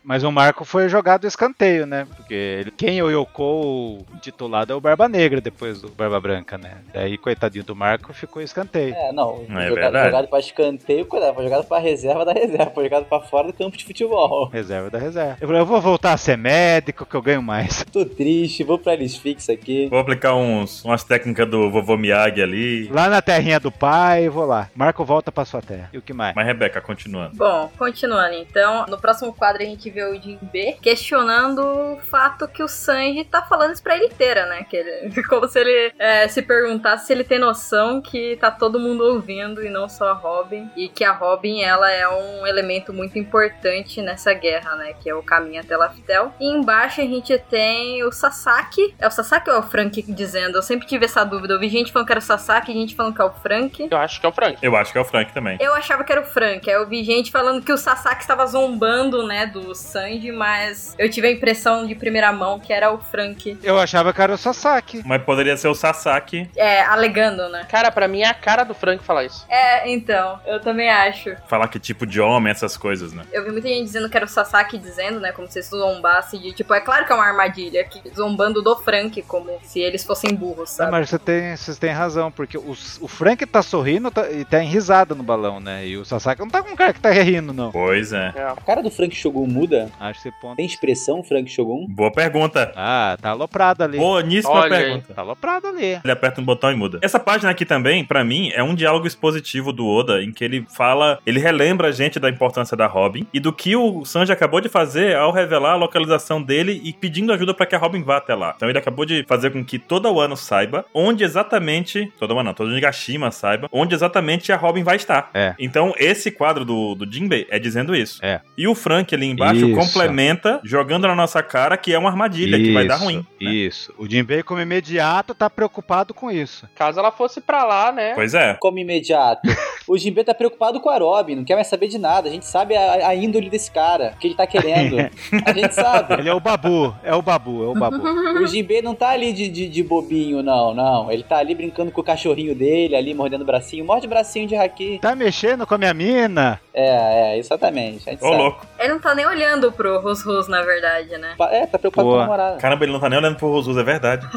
Mas o Marco foi jogado escanteio, né? Porque ele- quem é o Yoko titulado é o Barba Negra depois do Barba Branca, né? Daí, coitadinho do Marco, ficou escanteio. É, não. Não, é jogado, verdade. jogado pra escanteio, cuidado, foi jogado pra reserva da reserva, foi jogado pra fora do campo de futebol. Reserva da reserva. Eu falei, eu vou voltar a ser médico que eu ganho mais. Tô triste, vou pra Lisfix aqui. Vou aplicar uns, umas técnicas do vovô Miyagi ali. Lá na terrinha do pai, vou lá. Marco volta pra sua terra. E o que mais? Mas, Rebeca, continuando. Bom, continuando então, no próximo quadro a gente vê o Jim B questionando o fato que o Sanji tá falando isso pra ele inteira, né? Que ele- como se ele é, se perguntasse se ele tem noção que tá todo mundo ouvindo e não só a Robin. E que a Robin, ela é um elemento muito importante nessa guerra, né? Que é o caminho até Laftel. E embaixo a gente tem o Sasaki. É o Sasaki ou é o Frank dizendo? Eu sempre tive essa dúvida. Eu vi gente falando que era o Sasaki, gente falando que é o Frank. Eu acho que é o Frank. Eu acho que é o Frank também. Eu achava que era o Frank. Aí eu vi gente falando que o Sasaki estava zombando, né, do Sanji, mas eu tive a impressão de primeira mão que era o Frank. Eu achava que era o Sasaki. Mas poderia ser o Sasaki. É, alegando, né? Cara, pra mim é a cara do Frank falar isso. É, então, eu também acho. Falar que tipo de homem, essas coisas, né? Eu vi muita gente dizendo que era o Sasaki dizendo, né, como se isso zombasse de, tipo, é claro que é uma armadilha, que zombando do Frank, como se eles fossem burros, Não, sabe? mas você tem, vocês têm razão, porque o, o Frank tá sorrindo tá- e tá em risada no balão, né? E o Sasaki não tá com um cara que tá rindo, não. Pois é. É. A cara do Frank Shogun muda? Acho que esse ponto. Tem expressão, Frank Shogun? Boa pergunta. Ah, tá aloprado ali. Boníssima Olha aí. pergunta. Tá aloprado ali. Ele aperta um botão e muda. Essa página aqui também, pra mim, é um diálogo expositivo do Oda, em que ele fala, ele relembra a gente da importância da Robin e do que o Sanji acabou de fazer ao revelar a localização dele e pedindo ajuda pra que a Robin vá até lá. Então ele acabou de fazer com que toda o ano saiba onde exatamente, toda ano não, todo Nigashima saiba onde exatamente a Robin vai estar. É. Então esse quadro do, do Jinbei é dizendo isso. É. E o Frank ali embaixo Isso. complementa jogando na nossa cara que é uma armadilha, que vai dar Isso, ruim. né? Isso. O Jinbei, como imediato, tá preocupado com isso. Caso ela fosse pra lá, né? Pois é. Como imediato. o Jinbe tá preocupado com a Robin, não quer mais saber de nada. A gente sabe a, a índole desse cara, o que ele tá querendo. A gente sabe. Ele é o babu, é o babu, é o babu. O Jinbe não tá ali de, de, de bobinho, não, não. Ele tá ali brincando com o cachorrinho dele, ali mordendo o bracinho. Morde o bracinho de Haki. Tá mexendo com a minha mina? É, é, exatamente. A gente Ô, sabe. louco. Ele não tá nem olhando pro Rus-Rus, na verdade, né? Pa- É, tá preocupado Boa. com a namorada. Caramba, ele não tá nem olhando pro Rosus, é verdade.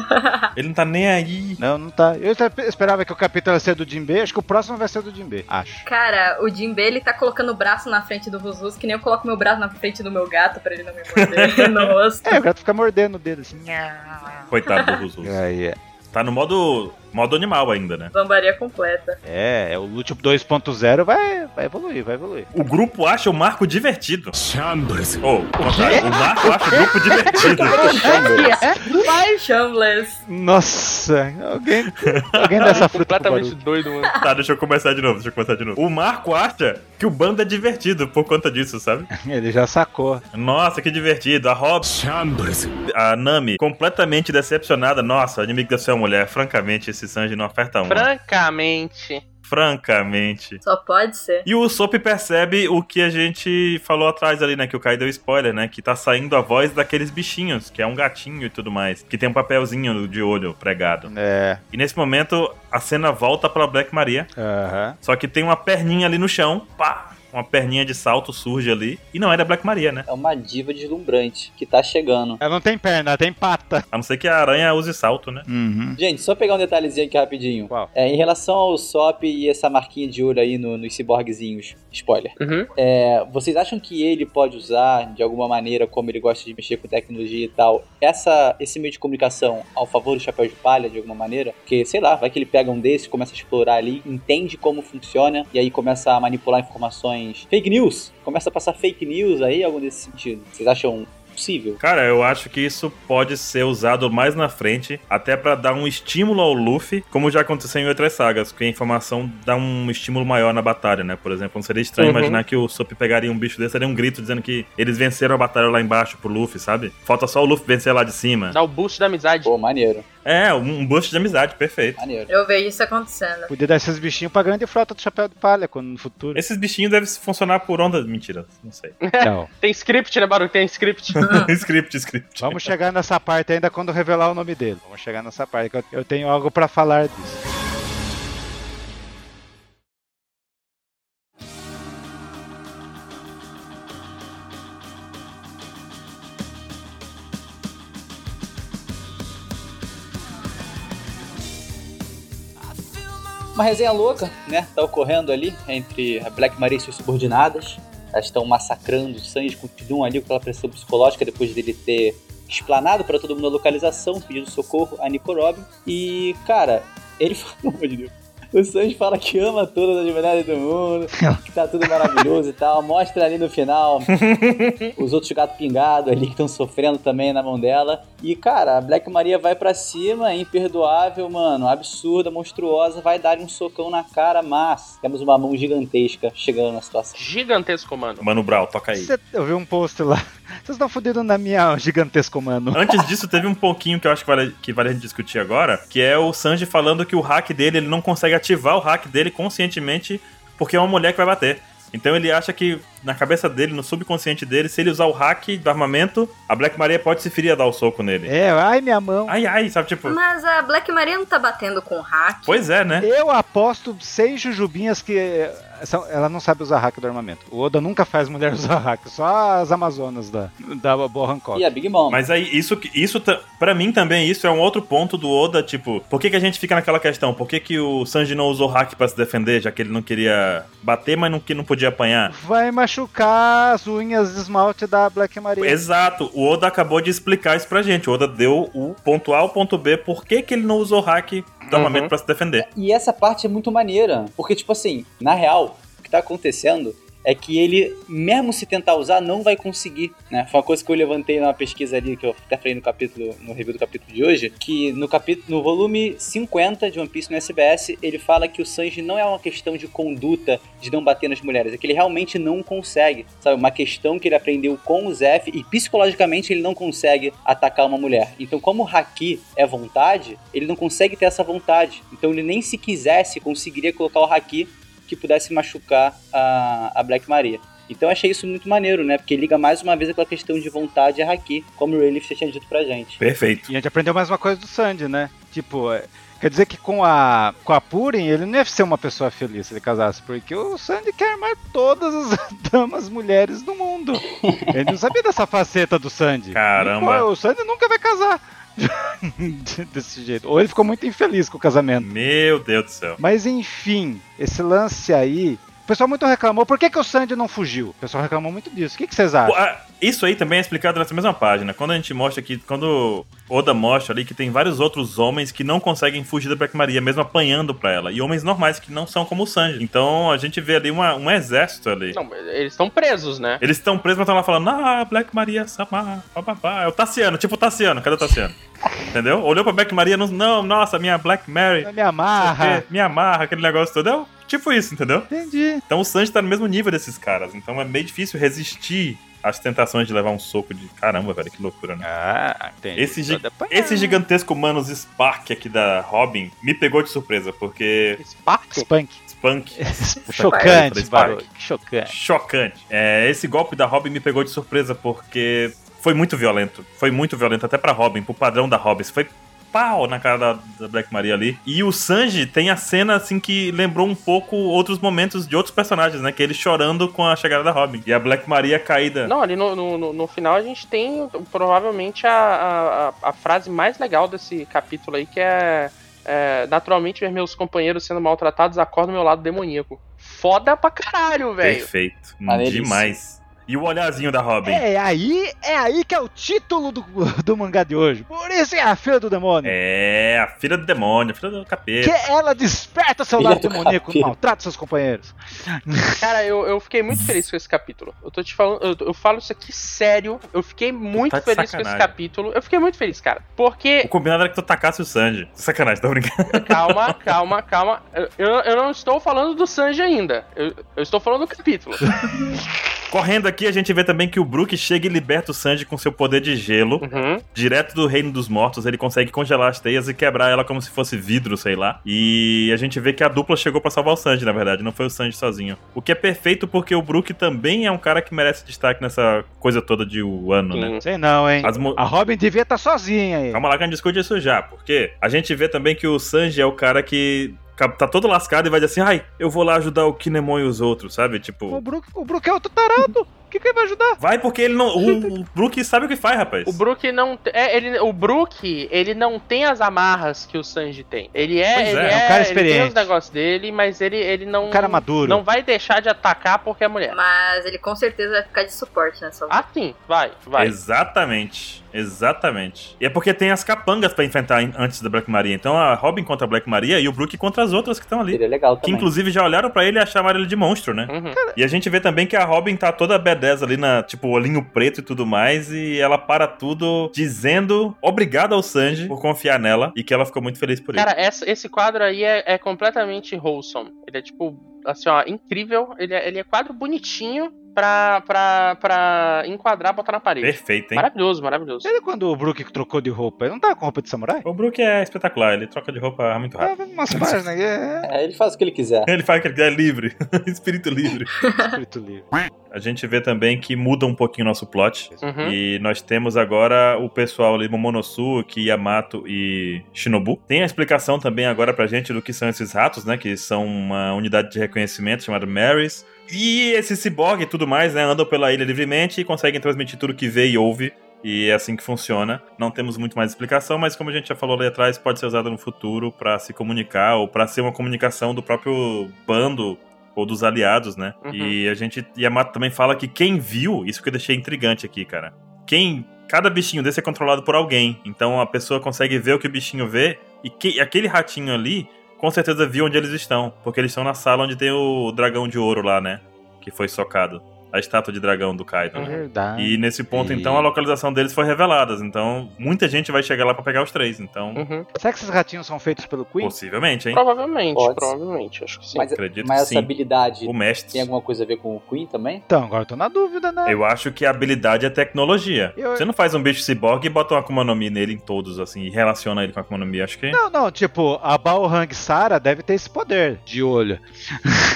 ele não tá nem aí. Não, não tá. Eu espe- esperava que o capítulo ia ser do Jinbei, acho que o próximo vai ser do Jinbei. Acho. Cara, o Jim B, ele tá colocando o braço na frente do Rusus, que nem eu coloco meu braço na frente do meu gato pra ele não me morder no rosto. É, o gato fica mordendo o dedo assim. Coitado do Rosus. Aí, é. Tá no modo, modo animal ainda, né? Zombaria completa. É, é o Lute 2.0 vai, vai evoluir, vai evoluir. O grupo acha o Marco divertido. Chambers. Ou, o contrário, o Marco acha o grupo divertido. É, Vai, Shambles! Nossa, alguém, alguém dessa fruta pro é Completamente barulho. doido, mano. tá, deixa eu começar de novo, deixa eu começar de novo. O Marco acha que o bando é divertido por conta disso, sabe? Ele já sacou. Nossa, que divertido. A Robs, Chambers. a Nami, completamente decepcionada. Nossa, inimigo da sua mulher. Francamente, esse Sanji não aperta um. Francamente. Francamente. Só pode ser. E o Sop percebe o que a gente falou atrás ali, né? Que o Kai deu spoiler, né? Que tá saindo a voz daqueles bichinhos, que é um gatinho e tudo mais, que tem um papelzinho de olho pregado. É. E nesse momento, a cena volta pra Black Maria, Aham. só que tem uma perninha ali no chão, pá! Uma perninha de salto surge ali. E não é da Black Maria, né? É uma diva deslumbrante que tá chegando. Ela É, não tem perna, ela tem pata. A não ser que a aranha use salto, né? Uhum. Gente, só pegar um detalhezinho aqui rapidinho. Qual? É, em relação ao SOP e essa marquinha de olho aí no- nos ciborguezinhos, spoiler. Uhum. É, vocês acham que ele pode usar, de alguma maneira, como ele gosta de mexer com tecnologia e tal, essa, esse meio de comunicação ao favor do chapéu de palha, de alguma maneira? Porque, sei lá, vai que ele pega um desse, começa a explorar ali, entende como funciona, e aí começa a manipular informações. Fake news! Começa a passar fake news aí, algo nesse sentido. Vocês acham possível. Cara, eu acho que isso pode ser usado mais na frente, até pra dar um estímulo ao Luffy, como já aconteceu em outras sagas, que a informação dá um estímulo maior na batalha, né? Por exemplo, não seria estranho Uhum. imaginar que o Sop pegaria um bicho desse, seria um grito dizendo que eles venceram a batalha lá embaixo pro Luffy, sabe? Falta só o Luffy vencer lá de cima. Dá o boost da amizade. Pô, maneiro, É, um boost de amizade, perfeito. maneiro. Eu vejo isso acontecendo. Podia dar esses bichinhos pra grande frota do chapéu de palha quando no futuro. Esses bichinhos devem funcionar por onda. Mentira, não sei. Não. Tem script, né, Baru? Tem script. script, script. Vamos chegar nessa parte ainda quando revelar o nome dele. Vamos chegar nessa parte que eu- eu tenho algo pra falar disso. Uma resenha louca, né? Tá ocorrendo ali entre a Black Maria e suas subordinadas. Elas estão massacrando o Sanji com o Kidum ali com aquela pressão psicológica depois dele ter explanado pra todo mundo a localização, pedindo socorro a Nico Robin. E, cara, ele fala, pelo amor de Deus. O Sanji fala que ama todas as mulheres do mundo, que tá tudo maravilhoso e tal. Mostra ali no final os outros gatos pingados ali que estão sofrendo também na mão dela. E, cara, a Black Maria vai pra cima, é imperdoável, mano, absurda, monstruosa, vai dar um socão na cara, mas temos uma mão gigantesca chegando na situação. Gigantesco, mano. Mano Brau, toca aí. Cê- eu vi um post lá. Vocês estão fudendo na minha gigantesco mano. Antes disso, teve um pouquinho que eu acho que vale, que vale a gente discutir agora, que é o Sanji falando que o hack dele, ele não consegue ativar o hack dele conscientemente porque é uma mulher que vai bater. Então ele acha que na cabeça dele, no subconsciente dele, se ele usar o hack do armamento, a Black Maria pode se ferir a dar o soco nele. É, ai minha mão. Ai, ai, sabe, tipo... Mas a Black Maria não tá batendo com hack. Pois é, né? Eu aposto seis jujubinhas que eh, são- ela não sabe usar hack do armamento. O Oda nunca faz mulher usar hack, só as amazonas da, da Boa Hancock. E a Big Mom. Mas aí, isso, que- isso ta- pra mim também, isso é um outro ponto do Oda, tipo, por que, que a gente fica naquela questão? Por que, que o Sanji não usou hack pra se defender, já que ele não queria bater, mas não, que não podia apanhar? Vai machucar as unhas de esmalte da Black Maria. Exato, o Oda acabou de explicar isso pra gente. O Oda deu o ponto A, o ponto B, por que, que ele não usou hack do armamento Uhum. pra se defender. E essa parte é muito maneira, porque, tipo assim, na real, o que tá acontecendo é que ele, mesmo se tentar usar, não vai conseguir, né? Foi uma coisa que eu levantei numa pesquisa ali, que eu até falei no capítulo, no review do capítulo de hoje, que no capítulo, no volume 50 de One Piece no SBS, ele fala que o Sanji não é uma questão de conduta de não bater nas mulheres, é que ele realmente não consegue, sabe? Uma questão que ele aprendeu com o Zef e psicologicamente ele não consegue atacar uma mulher. Então, como o Haki é vontade, ele não consegue ter essa vontade. Então, ele nem se quisesse conseguiria colocar o Haki que pudesse machucar a, a Black Maria. Então, eu achei isso muito maneiro, né? Porque liga mais uma vez aquela questão de vontade e Haki, como o Relief já tinha dito pra gente. Perfeito. E a gente aprendeu mais uma coisa do Sandy, né? Tipo, é, quer dizer que com a, com a Purin ele não ia ser uma pessoa feliz se ele casasse, porque o Sandy quer armar todas as damas mulheres do mundo. Ele não sabia dessa faceta do Sandy. Caramba. Pô, o Sandy nunca vai casar desse jeito. Ou ele ficou muito infeliz com o casamento. Meu Deus do céu. Mas enfim, esse lance aí. O pessoal muito reclamou. Por que, que o Sandy não fugiu? O pessoal reclamou muito disso. O que, que vocês Pô, acham? ah, Isso aí também é explicado nessa mesma página. Quando a gente mostra aqui, quando Oda mostra ali que tem vários outros homens que não conseguem fugir da Black Maria, mesmo apanhando pra ela. E homens normais que não são como o Sanji. Então a gente vê ali uma- um exército ali. Não, eles estão presos, né? Eles estão presos, mas estão lá falando, ah, Black Maria, Sama, bababá. É o Tassiano, tipo o Tassiano, cadê o Tassiano? Entendeu? Olhou pra Black Maria, não, não, nossa, minha Black Mary, Ela Me amarra. me amarra, aquele negócio todo. É o- tipo isso, entendeu? Entendi. Então o Sanji tá no mesmo nível desses caras, então é meio difícil resistir às tentações de levar um soco de caramba, velho, que loucura, né? Ah, entendi. Esse gi- Esse gigantesco Manos Spark aqui da Robin me pegou de surpresa, porque Spark? Spunk. Spunk Chocante, Spike. barulho. Chocante. Chocante. É, esse golpe da Robin me pegou de surpresa porque foi muito violento. Foi muito violento até pra Robin, pro padrão da Robin. Isso Foi pau na cara da, da Black Maria ali. E o Sanji tem a cena assim que lembrou um pouco outros momentos de outros personagens, né? Que ele chorando com a chegada da Robin. E a Black Maria caída. Não, ali no, no, no- no final a gente tem provavelmente a, a, a- a frase mais legal desse capítulo aí, que é, é, Naturalmente ver meus companheiros sendo maltratados acorda o meu lado demoníaco. Foda pra caralho, velho. Perfeito. Hum, Maneiríssimo. Demais. E o olhazinho da Robin. É aí, é aí que é o título do, do mangá de hoje. Por isso é a filha do demônio. É, a filha do demônio, a filha do capeta. Que é? ela desperta seu Filha lado do demoníaco, capeta. maltrata seus companheiros. Cara, eu, eu fiquei muito feliz com esse capítulo. Eu tô te falando, eu, eu falo isso aqui sério. Eu fiquei muito Tá de feliz com esse sacanagem. capítulo. Eu fiquei muito feliz, cara. Porque. O combinado era que tu tacasse o Sanji. Sacanagem, tá brincando. Calma, calma, calma. Eu- Eu, eu não estou falando do Sanji ainda. Eu, eu estou falando do capítulo. Correndo aqui, a gente vê também que o Brook chega e liberta o Sanji com seu poder de gelo. Uhum. Direto do reino dos mortos, ele consegue congelar as teias e quebrar ela como se fosse vidro, sei lá. E a gente vê que a dupla chegou pra salvar o Sanji, na verdade, não foi o Sanji sozinho. O que é perfeito porque o Brook também é um cara que merece destaque nessa coisa toda de o ano, né? Sim. Ah. Sei não, hein? As mo- A Robin devia estar sozinha aí. Calma lá que a gente discute isso já, porque a gente vê também que o Sanji é o cara que ca- tá todo lascado e vai dizer assim, ai, eu vou lá ajudar o Kinemon e os outros, sabe? O Tipo, Brook, o Brook é outro tarado. O que, que ele vai ajudar? vai porque ele não... O, o Brook sabe o que faz, rapaz. O Brook não. te- É, ele, o Brook, ele não tem as amarras que o Sanji tem. Ele é. Pois ele é, é, é um cara Ele tem experiente. os negócios dele, mas ele, ele não. Um cara maduro. não vai deixar de atacar porque é mulher. Mas ele com certeza vai ficar de suporte nessa hora. Ah, sim, vai, vai. Exatamente, exatamente. E é porque tem as capangas pra enfrentar em- antes da Black Maria. Então a Robin contra a Black Maria e o Brook contra as outras que estão ali. Seria legal Que também. inclusive já olharam pra ele e chamaram ele de monstro, né? Uhum. E a gente vê também que a Robin tá toda bedeza ali, na, tipo, olhinho preto e tudo mais, e ela para tudo dizendo obrigado ao Sanji por confiar nela e que ela ficou muito feliz por Cara, isso. essa- esse quadro aí é, é completamente wholesome. Ele é tipo, assim, ó, incrível. Ele é, ele é quadro bonitinho pra, pra, pra enquadrar, botar na parede. Perfeito, hein? Maravilhoso, maravilhoso. Ele quando o Brook trocou de roupa, ele não tava com roupa de samurai? O Brook é espetacular, ele troca de roupa muito rápido. Tava umas páginas aí, é, É, ele faz o que ele quiser. Ele faz que ele é livre, espírito livre. é espírito livre. A gente vê também que muda um pouquinho o nosso plot. Uhum. E nós temos agora o pessoal ali, Momonosuke, Yamato e Shinobu. Tem a explicação também agora pra gente do que são esses ratos, né? Que são uma unidade de reconhecimento chamada Marys. E esse ciborgue e tudo mais, né? Andam pela ilha livremente e conseguem transmitir tudo que vê e ouve. E é assim que funciona. Não temos muito mais explicação, mas como a gente já falou ali atrás, pode ser usado no futuro pra se comunicar ou pra ser uma comunicação do próprio bando ou dos aliados, né? Uhum. E a gente Yamato também fala que quem viu, isso que eu deixei intrigante aqui, cara. Quem cada bichinho desse é controlado por alguém. Então a pessoa consegue ver o que o bichinho vê e que aquele ratinho ali com certeza viu onde eles estão, porque eles estão na sala onde tem o dragão de ouro lá, né? Que foi socado, a estátua de dragão do Kaido. né? Verdade. E nesse ponto, E- então, a localização deles foi revelada. Então, muita gente vai chegar lá pra pegar os três. Então, Uhum. Será que esses ratinhos são feitos pelo Queen? possivelmente, hein? Provavelmente, Pode. provavelmente, acho que sim. Mas, Acredito mas que é essa sim. habilidade O mestre. tem alguma coisa a ver com o Queen também? Então, agora eu tô na dúvida, né? Eu acho que a habilidade é tecnologia. Eu- Você não faz um bicho ciborgue e bota uma Akuma no Mi nele em todos, assim, e relaciona ele com a Akuma no Mi. Acho que. é Não, não, tipo, a Balrang Sara deve ter esse poder de olho.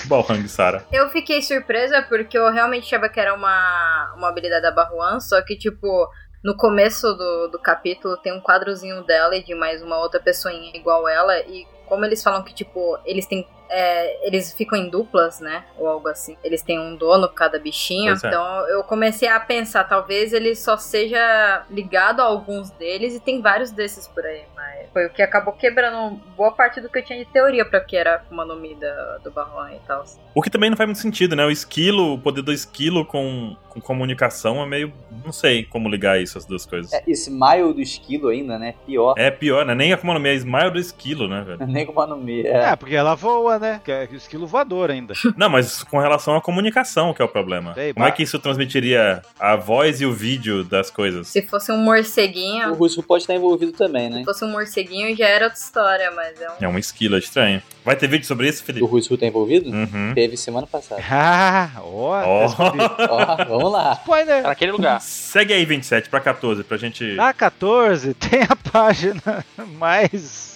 Balrang Sara. Eu fiquei surpresa porque eu realmente achava que era uma, uma habilidade da Barruan, só que, tipo, no começo do, do capítulo tem um quadrozinho dela e de mais uma outra pessoinha igual ela, e como eles falam que, tipo, eles têm. é, eles ficam em duplas, né? Ou algo assim. Eles têm um dono cada bichinho. Pois é. Então eu comecei a pensar, talvez ele só seja ligado a alguns deles e tem vários desses por aí. Mas foi o que acabou quebrando boa parte do que eu tinha de teoria pra que era uma nome da, do Barruan e tal. O que também não faz muito sentido, né? O esquilo, o poder do esquilo com, com comunicação é meio. Não sei como ligar isso, as duas coisas. É, É, esse Mile do esquilo ainda, né? Pior. pior, né? Nem a Akuma no Mi é Smile do esquilo, né, velho? Nem como a nome. É. É. porque ela voa, né? Que é esquilo voador ainda. não, mas com relação à comunicação que é o problema. Sei, como é ba- que isso transmitiria a voz e o vídeo das coisas? Se fosse um É. morceguinho, O russo pode estar envolvido também, né? se fosse um morceguinho já era outra história, mas é um. É um esquilo, é estranho. Vai ter vídeo sobre isso, O Felipe? russo tá envolvido? Uhum. Teve semana passada. ah, ó. Ó. tá escondido. Ó, vamos lá. Tá Spoiler! Naquele lugar. Segue aí 27 pra 14, pra gente. né? Na 14 tem a página mais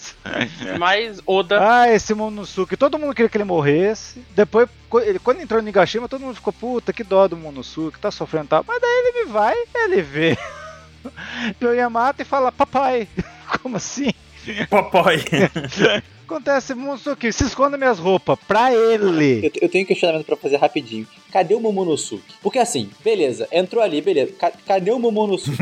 Mas Oda. Ah, esse Momonosuke. Todo mundo queria que ele morresse. Depois, co- ele- quando entrou no Nigashima, todo mundo ficou, puta, que dó do Momonosuke, tá sofrendo e tal. Mas daí ele me vai, ele vê o Yamato e fala, papai, como assim? Papai. Acontece, Momonosuke, se esconda minhas roupas pra ele. Eu, eu tenho um questionamento pra fazer rapidinho. Cadê o Momonosuke? Porque assim, beleza, entrou ali, beleza. Ca- cadê o Momonosuke?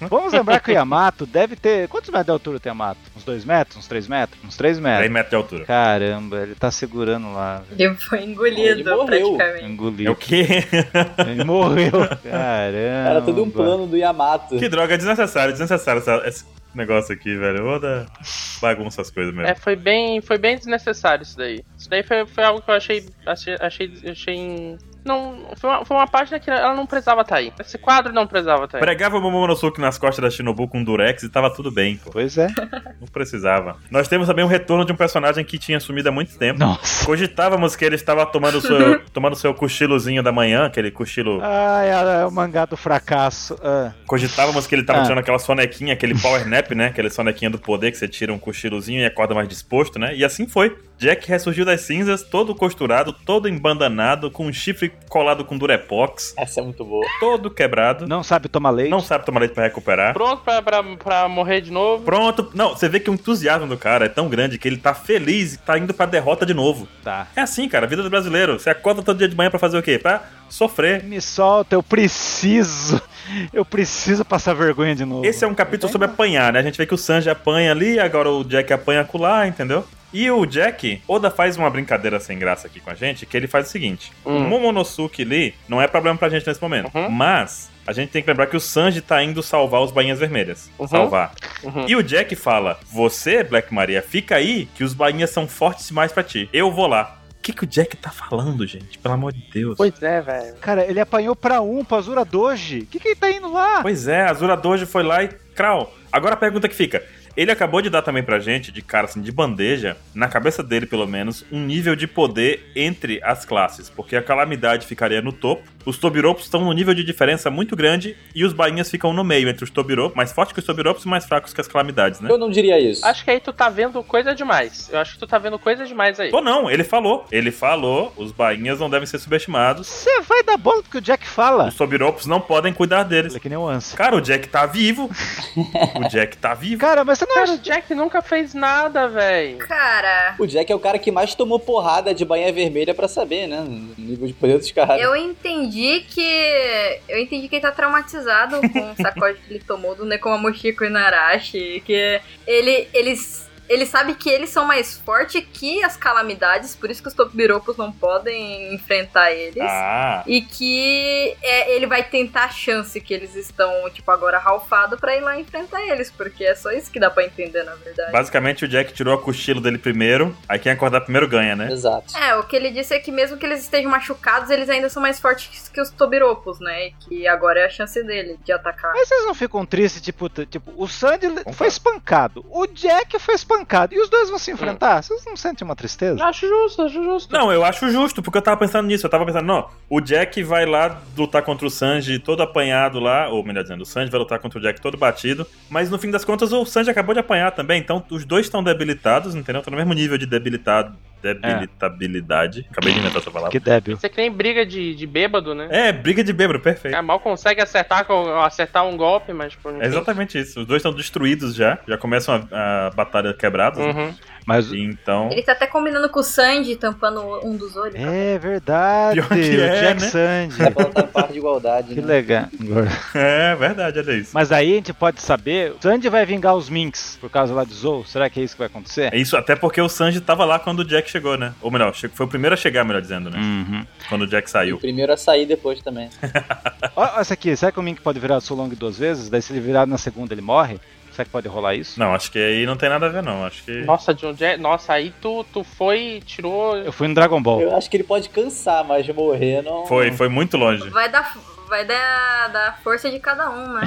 Vamos lembrar que o Yamato deve ter. Quantos metros de altura tem o Yamato? Uns 2 metros? Uns 3 metros? Uns 3 10 metros. metros de altura. Caramba, ele tá segurando lá. velho. Ele foi engolido, Ele morreu. praticamente. É o Engoliu. quê? Ele morreu. Caramba. Era todo um plano do Yamato. que droga desnecessária, desnecessário essa- esse negócio aqui, velho. Vou dar bagunça as coisas mesmo. É, foi bem, foi bem desnecessário isso daí. Isso daí foi, foi algo que eu achei. Achei. achei, achei- não, foi, uma, foi uma página que ela não precisava estar aí. Esse quadro não precisava é. estar aí. Pregava o Momonosuke nas costas da Shinobu com durex e tava tudo bem, pô. Pois é. Não precisava. Nós temos também um retorno de um personagem que tinha sumido há muito tempo. Nossa. Cogitávamos que ele estava tomando seu, tomando seu cochilozinho da manhã, aquele cochilo. Ai, é o mangá do fracasso. Ah. Cogitávamos que ele estava Ah. tirando aquela sonequinha, aquele power nap, né? Aquele sonequinha do poder que você tira um cochilozinho e acorda mais disposto, né? E assim foi. Jack ressurgiu das cinzas, todo costurado, todo embandanado, com um chifre colado com durepox, Essa é muito boa. todo quebrado. Não, Não sabe tomar leite. sabe tomar leite pra recuperar. Pronto pra, pra, pra morrer de novo. Pronto. Não, você vê que o entusiasmo do cara é tão grande que ele tá feliz e tá indo pra derrota de novo. Tá. É assim, cara, a vida do brasileiro. Você acorda todo dia de manhã pra fazer o quê? Pra sofrer. Me solta, eu preciso. Eu preciso passar vergonha de novo. Esse é um capítulo sobre apanhar, né? A gente vê que o Sanji apanha ali, agora o Jack apanha acolá, entendeu? E o Jack, Oda faz uma brincadeira sem graça aqui com a gente, que ele faz o seguinte: o Hum. Momonosuke ali não é problema pra gente nesse momento, Uhum. mas a gente tem que lembrar que o Sanji tá indo salvar os bainhas vermelhas. Uhum. Salvar. Uhum. E o Jack fala: Você, Black Maria, fica aí que os bainhas são fortes demais pra ti. Eu vou lá. O que, que o Jack tá falando, gente? Pelo amor de Deus. Pois é, velho. Cara, ele apanhou pra um, pra Zura Doji. O que, que ele tá indo lá? Pois é, a Azura Dojo foi lá e crau. Agora a pergunta que fica. Ele acabou de dar também pra gente, de cara assim, de bandeja, na cabeça dele pelo menos, um nível de poder entre as classes, porque a calamidade ficaria no topo, os tobiropos estão num nível de diferença muito grande e os bainhas ficam no meio, entre os tobiropos, mais fortes que os tobiropos e mais fracos que as calamidades, né? Eu não diria isso. Acho que aí tu tá vendo coisa demais. Eu acho que tu tá vendo coisa demais aí. Ou não, ele falou, ele falou, os bainhas não devem ser subestimados, Você vai dar bola porque o Jack fala. os tobiropos não podem cuidar deles. Ele é que nem o Ansa. Cara, o Jack tá vivo, o Jack tá vivo. Cara, mas você não Cara, acha. o Jack nunca fez nada, velho. Cara, O Jack é o cara que mais tomou porrada de banha vermelha pra saber, né? O nível de poder dos caras. eu entendi que. Eu entendi que ele tá traumatizado com o sacode que ele tomou do Nekomamushiko Inarashi. Que ele. eles. Ele sabe que eles são mais fortes que as calamidades, por isso que os Tobiropos não podem enfrentar eles. Ah, E que é, ele vai tentar a chance que eles estão, tipo, agora ralfado pra ir lá enfrentar eles, porque é só isso que dá pra entender, na verdade. Basicamente, o Jack tirou a cochilo dele primeiro. Aí quem acordar primeiro ganha, né? Exato. É, o que ele disse é que mesmo que eles estejam machucados, eles ainda são mais fortes que os Tobiropos, né? E que agora é a chance dele de atacar. Mas vocês não ficam tristes, tipo, t- tipo, o Sandy Concordo. foi espancado, o Jack foi espancado, e os dois vão se enfrentar? Vocês não sentem uma tristeza? Acho justo, acho justo. Não, eu acho justo, porque eu tava pensando nisso. Eu tava pensando, não, o Jack vai lá lutar contra o Sanji todo apanhado lá, ou melhor dizendo, o Sanji vai lutar contra o Jack todo batido. Mas no fim das contas, o Sanji acabou de apanhar também, então os dois estão debilitados, entendeu? Estão no mesmo nível de debilitado, debilitabilidade. Acabei de inventar essa palavra. Ah, Que débil. Isso é que nem briga de, de bêbado, né? É, briga de bêbado, perfeito. Ah, mal consegue acertar, com- acertar um golpe, mas... Tipo, enfim. É exatamente isso. Os dois estão destruídos já, já começam a, a batalha quebrados. né? Uhum. Mas. Então. Ele tá até combinando com o Sanji, tampando um dos olhos. É verdade, Pior que o é, Jack né? Dá Sandy. pra lutar em par de igualdade, Que né? legal. É verdade, olha isso. Mas aí a gente pode saber, o Sandy vai vingar os Minks por causa lá de Zou? Será que é isso que vai acontecer? É Isso, até porque o Sanji tava lá quando o Jack chegou, né? Ou melhor, che- foi o primeiro a chegar, melhor dizendo, né? Uhum. Quando o Jack E o saiu. primeiro a sair depois também. Olha essa aqui, será que o Mink pode virar Solong duas vezes? Daí se ele virar na segunda ele morre? Será que pode rolar isso? Não, acho que aí não tem nada a ver, não. Acho que. Nossa, John Jack, nossa, aí tu, tu foi, tirou... Eu fui no Dragon Ball. Eu acho que ele pode cansar, mas morrer não. Foi, foi muito longe. Vai dar. Vai dar, dar força de cada um, né?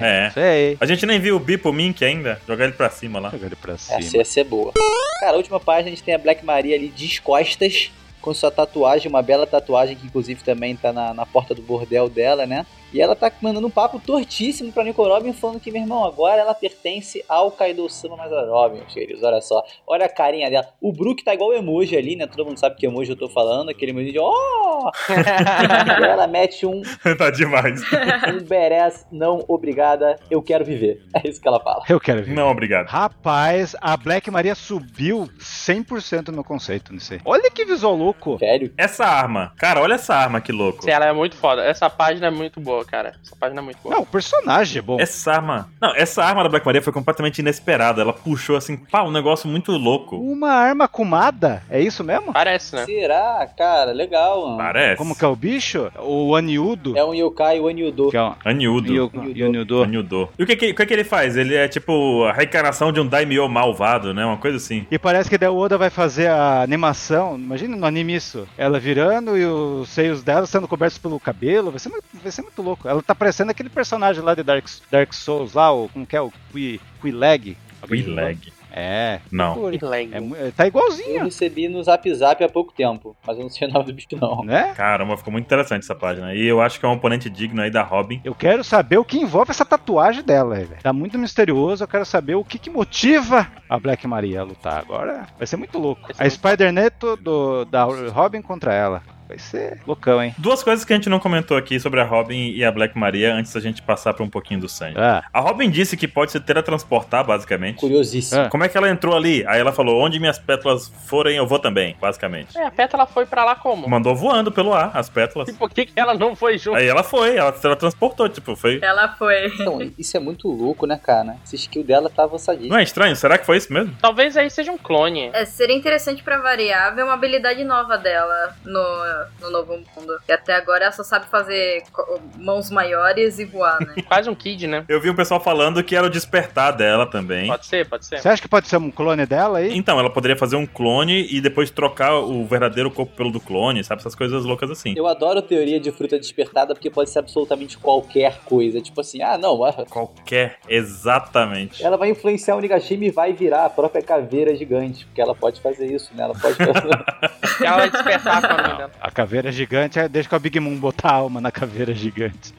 É. Sei. A gente nem viu o Bipo Mink ainda. Jogar ele pra cima lá. Joga ele pra Essa cima. ia ser boa. Cara, a última página a gente tem a Black Maria ali descostas, com sua tatuagem, uma bela tatuagem que inclusive também tá na, na porta do bordel dela, né? E ela tá mandando um papo tortíssimo pra Nico Robin, falando que, meu irmão, agora ela pertence ao Kaido Sama Mazarov, meus queridos. Olha só, olha a carinha dela. O Brook tá igual o emoji ali, né? Todo mundo sabe que emoji eu tô falando, aquele emoji de oh! e ela mete um, tá demais. um badass, não obrigada, eu quero viver. É isso que ela fala. Eu quero ver. Não, obrigado. Rapaz, a Black Maria subiu 100% no conceito nisso aí. Olha que visual louco. Velho, Essa arma. Cara, olha essa arma, que louco. Sim, ela é muito foda. Essa página é muito boa, cara. Essa página é muito boa. Não, o personagem é bom. Essa arma. Não, essa arma da Black Maria foi completamente inesperada. Ela puxou assim, pá, um negócio muito louco. Uma arma comada? É isso mesmo? Parece, né? será, cara? Legal, mano. Parece. Como que é o bicho? O Aniudo? É um yokai, o Anyudo. Que é um... Aniudo. Yu- Yuniudo. Aniudo. E o que que, o que que ele faz? Ele é tipo a reencarnação de um daimyo malvado, né? Uma coisa assim. E parece que daí o Oda vai fazer a animação. Imagina no anime isso. Ela virando e os seios dela sendo cobertos pelo cabelo. Vai ser, mu- vai ser muito louco. Ela tá parecendo aquele personagem lá de Dark, Dark Souls, lá, o, como que é? O Qui- Quileg. Alguém falou? Quileg. É. Não. Que legal. É mu- é, tá Eu igualzinho, recebi no Zap Zap há pouco tempo, mas eu não sei o nome do bicho, não. né? Caramba, ficou muito interessante essa página. E eu acho que é um oponente digno aí da Robin. Eu quero saber o que envolve essa tatuagem dela, velho. Tá muito misterioso, eu quero saber o que, que motiva a Black Maria a lutar agora. Vai ser muito louco. Vai ser A muito Spider-Neto do- da Robin contra ela. Vai ser loucão, hein? Duas coisas que a gente não comentou aqui sobre a Robin e a Black Maria antes da gente passar pra um pouquinho do É. sangue. Ah, A Robin disse que pode se teletransportar, basicamente. Curiosíssimo. Ah. Como é que ela entrou ali? Aí ela falou: onde minhas pétalas forem, eu vou também, basicamente. É, a Pétala foi pra lá como? Mandou voando pelo ar as pétalas. E por que, que ela não foi junto? Aí ela foi, ela se teletransportou, tipo, foi. Ela foi. Então, isso é muito louco, né, cara? Esse skill dela tá avançadíssimo. Não é estranho? Será que foi isso mesmo? Talvez aí seja um clone. É, seria interessante pra variar ver uma habilidade nova dela no, no novo mundo. Que até agora ela só sabe fazer co- mãos maiores e voar, né? Quase um kid, né? Eu vi um pessoal falando que era o despertar dela também. Pode ser, pode ser. você acha que pode ser um clone dela aí? Então, ela poderia fazer um clone e depois trocar o verdadeiro corpo pelo do clone, sabe? Essas coisas loucas assim. Eu adoro teoria de fruta despertada porque pode ser absolutamente qualquer coisa. Tipo assim, ah, não, ah, Qualquer, exatamente. ela vai influenciar o Nigashima e vai virar a própria caveira gigante, porque ela pode fazer isso, né? Ela pode fazer... Porque Ela vai despertar com a Não, amiga. a caveira gigante, é- deixa que a Big Moon botar a alma na caveira gigante.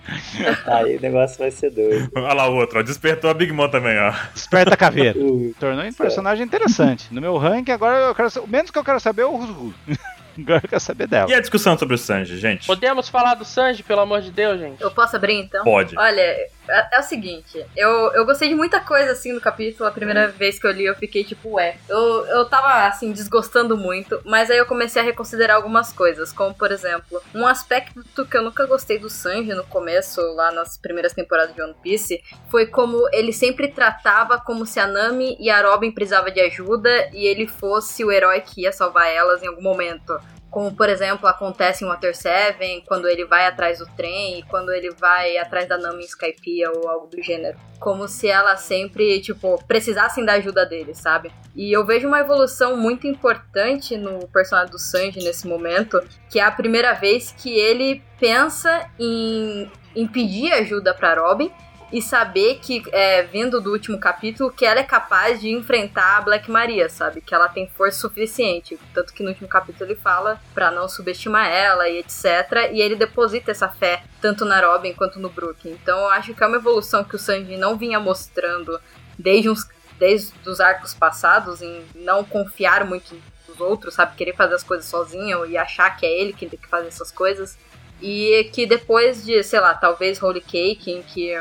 Aí o negócio vai ser doido. Olha lá o outro, ó. Despertou a Big Mom também, ó. Desperta a caveira. Uh, Tornou um personagem interessante. No meu ranking, agora eu quero sa- o menos que eu quero saber é o Rusgu. Agora eu quero saber dela. E a discussão sobre o Sanji, gente? Podemos falar do Sanji, pelo amor de Deus, gente? Eu posso abrir então? Pode. Olha, é, é o seguinte, eu, eu gostei de muita coisa assim do capítulo. A primeira vez que eu li, eu fiquei tipo, ué. Eu, eu tava assim, desgostando muito, mas aí eu comecei a reconsiderar algumas coisas, como por exemplo, um aspecto que eu nunca gostei do Sanji no começo, lá nas primeiras temporadas de One Piece, foi como ele sempre tratava como se a Nami e a Robin precisavam de ajuda e ele fosse o herói que ia salvar elas em algum momento. Como, por exemplo, acontece em Water 7, quando ele vai atrás do trem, e quando ele vai atrás da Nami em Skypiea ou algo do gênero. Como se ela sempre, tipo, precisassem da ajuda dele, sabe? E eu vejo uma evolução muito importante no personagem do Sanji nesse momento, que é a primeira vez que ele pensa em, em pedir ajuda pra Robin e saber que, é, vindo do último capítulo, que ela é capaz de enfrentar a Black Maria, sabe? Que ela tem força suficiente. Tanto que no último capítulo ele fala pra não subestimar ela e etc. E ele deposita essa fé tanto na Robin quanto no Brook. Então eu acho que é uma evolução que o Sanji não vinha mostrando desde uns desde os arcos passados em não confiar muito nos outros, sabe? Querer fazer as coisas sozinho e achar que é ele que tem que fazer essas coisas. E que depois de, sei lá, talvez Holy Cake, em que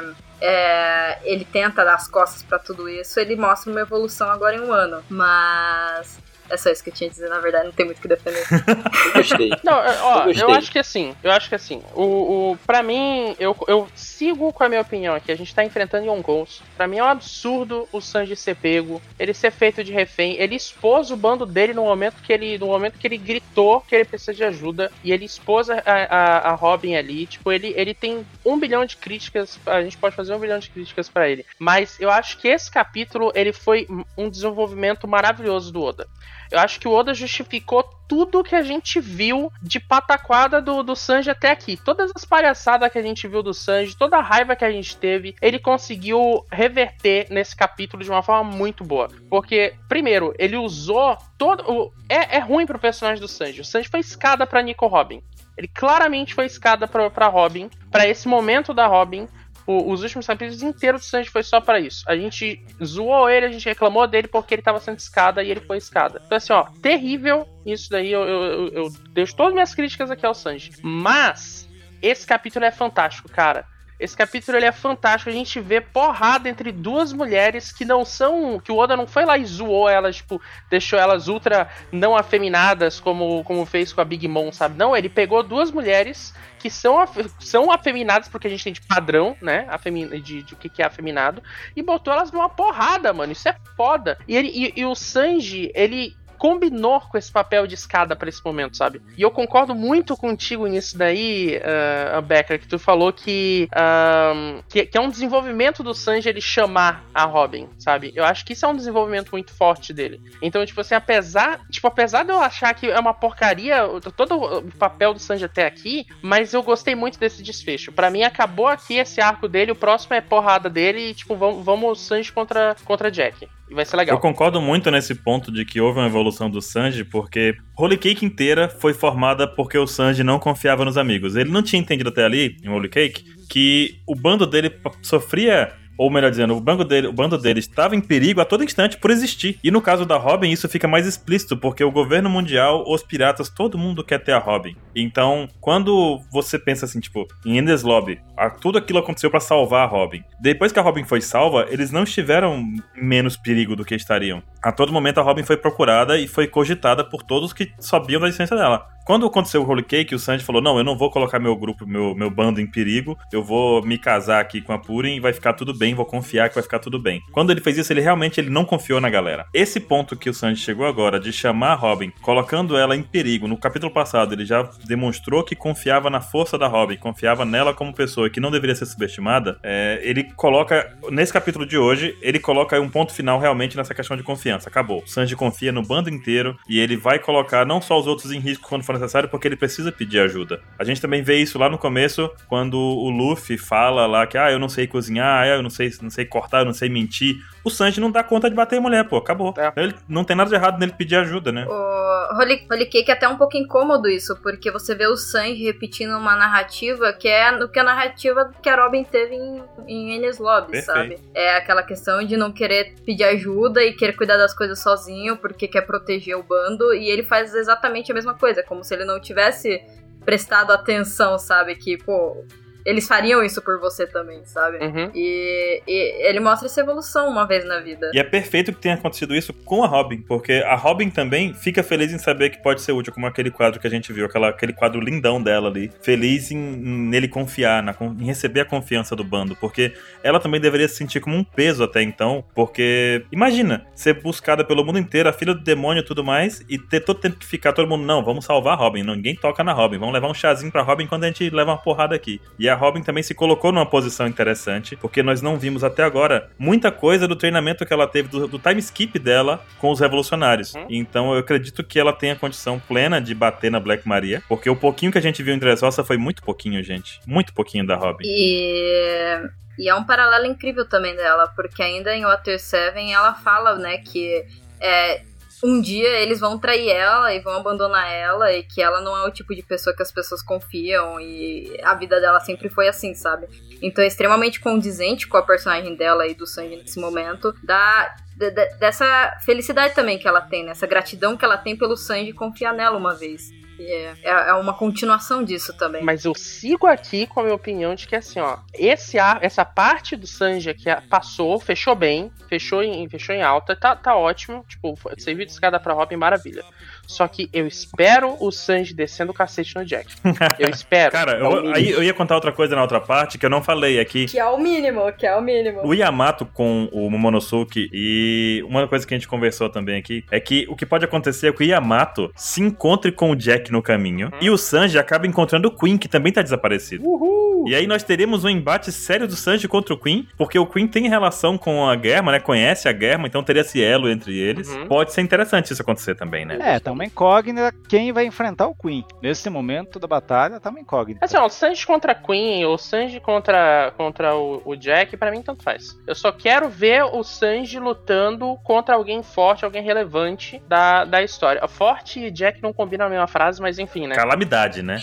é, ele tenta dar as costas pra tudo isso, ele mostra uma evolução agora em um ano. Mas é só isso que eu tinha a dizer, na verdade, não tem muito o que defender. eu gostei. Não, eu- ó, Eu eu, gostei. acho que assim, eu acho que assim, o, o pra mim, eu, eu sigo com a minha opinião aqui, a gente tá enfrentando Young Ghost. Pra mim é um absurdo o Sanji ser pego, ele ser feito de refém, ele expôs o bando dele no momento que ele, no momento que ele gritou que ele precisa de ajuda, e ele expôs a, a, a Robin ali, tipo, ele, ele tem um bilhão de críticas, a gente pode fazer um bilhão de críticas pra ele, mas eu acho que esse capítulo, ele foi um desenvolvimento maravilhoso do Oda. Eu acho que o Oda justificou tudo que a gente viu de pataquada do, do Sanji até aqui. Todas as palhaçadas que a gente viu do Sanji, toda a raiva que a gente teve, ele conseguiu reverter nesse capítulo de uma forma muito boa. Porque, primeiro, ele usou todo. O, é, é ruim pro personagem do Sanji. O Sanji foi escada pra Nico Robin. Ele claramente foi escada pra, pra Robin. Pra esse momento da Robin, o- os últimos capítulos inteiros do Sanji foi só pra isso. A gente zoou ele, a gente reclamou dele porque ele tava sendo escada e ele foi escada. Então, assim, ó, terrível isso daí. Eu, eu, eu- eu deixo todas as minhas críticas aqui ao Sanji. Mas, esse capítulo é fantástico, cara. Esse capítulo ele é fantástico. A gente vê porrada entre duas mulheres que não são. que o Oda não foi lá e zoou elas, tipo, deixou elas ultra não afeminadas, como, como fez com a Big Mom, sabe? Não, ele pegou duas mulheres que são, af- são afeminadas, porque a gente tem de padrão, né? Afemi de, de o que que é afeminado, e botou elas numa porrada, mano. Isso é foda. E, ele, e, e o Sanji, ele combinou com esse papel de escada pra esse momento, sabe? E eu concordo muito contigo nisso daí, ah, Becker, que tu falou que, ah, que que é um desenvolvimento do Sanji ele chamar a Robin, sabe? Eu acho que isso é um desenvolvimento muito forte dele. Então, tipo assim, apesar, tipo, apesar de eu achar que é uma porcaria o- todo o papel do Sanji até aqui, mas eu gostei muito desse desfecho. Pra mim acabou aqui esse arco dele, o próximo é porrada dele e tipo, vamos, vamos Sanji contra contra Jack. E vai ser legal. Eu concordo muito nesse ponto de que houve uma evolução do Sanji, porque Holy Cake inteira foi formada porque o Sanji não confiava nos amigos. Ele não tinha entendido até ali, em Holy Cake, que o bando dele p- sofria. Ou melhor dizendo, o bando, dele, o bando dele estava em perigo a todo instante por existir. E no caso da Robin, isso fica mais explícito, porque o governo mundial, os piratas, todo mundo quer ter a Robin. Então, quando você pensa assim, tipo, em Ender's Lobby, a- tudo aquilo aconteceu pra salvar a Robin. Depois que a Robin foi salva, eles não estiveram em menos perigo do que estariam. A todo momento a Robin foi procurada e foi cogitada por todos que sabiam da existência dela. Quando aconteceu o Holy Cake, o Sanji falou: Não, eu não vou colocar meu grupo, meu, meu bando em perigo, eu vou me casar aqui com a Purim e vai ficar tudo bem, vou confiar que vai ficar tudo bem. Quando ele fez isso, ele realmente ele não confiou na galera. Esse ponto que o Sanji chegou agora de chamar a Robin, colocando ela em perigo, no capítulo passado ele já demonstrou que confiava na força da Robin, confiava nela como pessoa que não deveria ser subestimada, é, ele coloca, nesse capítulo de hoje, ele coloca aí um ponto final realmente nessa questão de confiança. Acabou. O Sanji confia no bando inteiro e ele vai colocar não só os outros em risco quando for necessário, porque ele precisa pedir ajuda. A gente também vê isso lá no começo, quando o Luffy fala lá que, ah, eu não sei cozinhar, ah, eu não sei, não sei cortar, eu não sei mentir. O Sanji não dá conta de bater em mulher, pô. Acabou. É. Ele, não tem nada de errado nele pedir ajuda, né? O Holy, Holy Cake é até um pouco incômodo isso, porque você vê o Sanji repetindo uma narrativa que é do que a narrativa que a Robin teve em, em Ennis Lobby, Perfeito. sabe? É aquela questão de não querer pedir ajuda e querer cuidar das coisas sozinho porque quer proteger o bando, e ele faz exatamente a mesma coisa, como se ele não tivesse prestado atenção, sabe? Que, pô, eles fariam isso por você também, sabe? Uhum. E, e ele mostra essa evolução uma vez na vida. E é perfeito que tenha acontecido isso com a Robin, porque a Robin também fica feliz em saber que pode ser útil, como aquele quadro que a gente viu, aquela, aquele quadro lindão dela ali. Feliz em, em- nele confiar, na con- em receber a confiança do bando, porque ela também deveria se sentir como um peso até então, porque imagina, ser buscada pelo mundo inteiro, a filha do demônio e tudo mais, e ter todo tempo que ficar todo mundo, não, vamos salvar a Robin, não, ninguém toca na Robin, vamos levar um chazinho pra Robin quando a gente leva uma porrada aqui. E a Robin também se colocou numa posição interessante, porque nós não vimos até agora muita coisa do treinamento que ela teve, do, do time skip dela com os revolucionários. Hum. Então eu acredito que ela tenha condição plena de bater na Black Maria, porque o pouquinho que a gente viu em Dressrosa foi muito pouquinho, gente. Muito pouquinho da Robin. E, e é um paralelo incrível também dela, porque ainda em Water Seven ela fala, né, que é, um dia eles vão trair ela e vão abandonar ela e que ela não é o tipo de pessoa que as pessoas confiam e a vida dela sempre foi assim, sabe? Então é extremamente condizente com a personagem dela e do Sanji nesse momento, da, de- de- dessa felicidade também que ela tem, né? Essa gratidão que ela tem pelo Sanji confiar nela uma vez. E é, é é uma continuação disso também. Mas eu sigo aqui com a minha opinião de que assim, ó, esse ar, essa parte do Sanji aqui ah, passou, fechou bem, fechou em, fechou em alta, tá, tá ótimo, tipo, foi- serviu de escada pra Robin, maravilha. Só que eu espero o Sanji descendo o cacete no Jack. Eu espero. Cara, É o eu, mínimo. aí eu ia contar outra coisa na outra parte que eu não falei aqui. Que é o mínimo, que é o mínimo. O Yamato com o Momonosuke e uma coisa que a gente conversou também aqui é que o que pode acontecer é que o Yamato se encontre com o Jack no caminho e o Sanji acaba encontrando o Queen, que também tá desaparecido. Uhul! E aí nós teremos um embate sério do Sanji contra o Queen, porque o Queen tem relação com a Germa, né? Conhece a Germa, então teria esse elo entre eles. Uhum. Pode ser interessante isso acontecer também, né? É, tá uma incógnita quem vai enfrentar o Queen. Nesse momento da batalha, tá uma incógnita. Assim, ó, o Sanji contra a Queen ou o Sanji contra, contra o, o Jack, pra mim tanto faz. Eu só quero ver o Sanji lutando contra alguém forte, alguém relevante da, da história. Forte e Jack não combinam a mesma frase, mas enfim, né? Calamidade, né?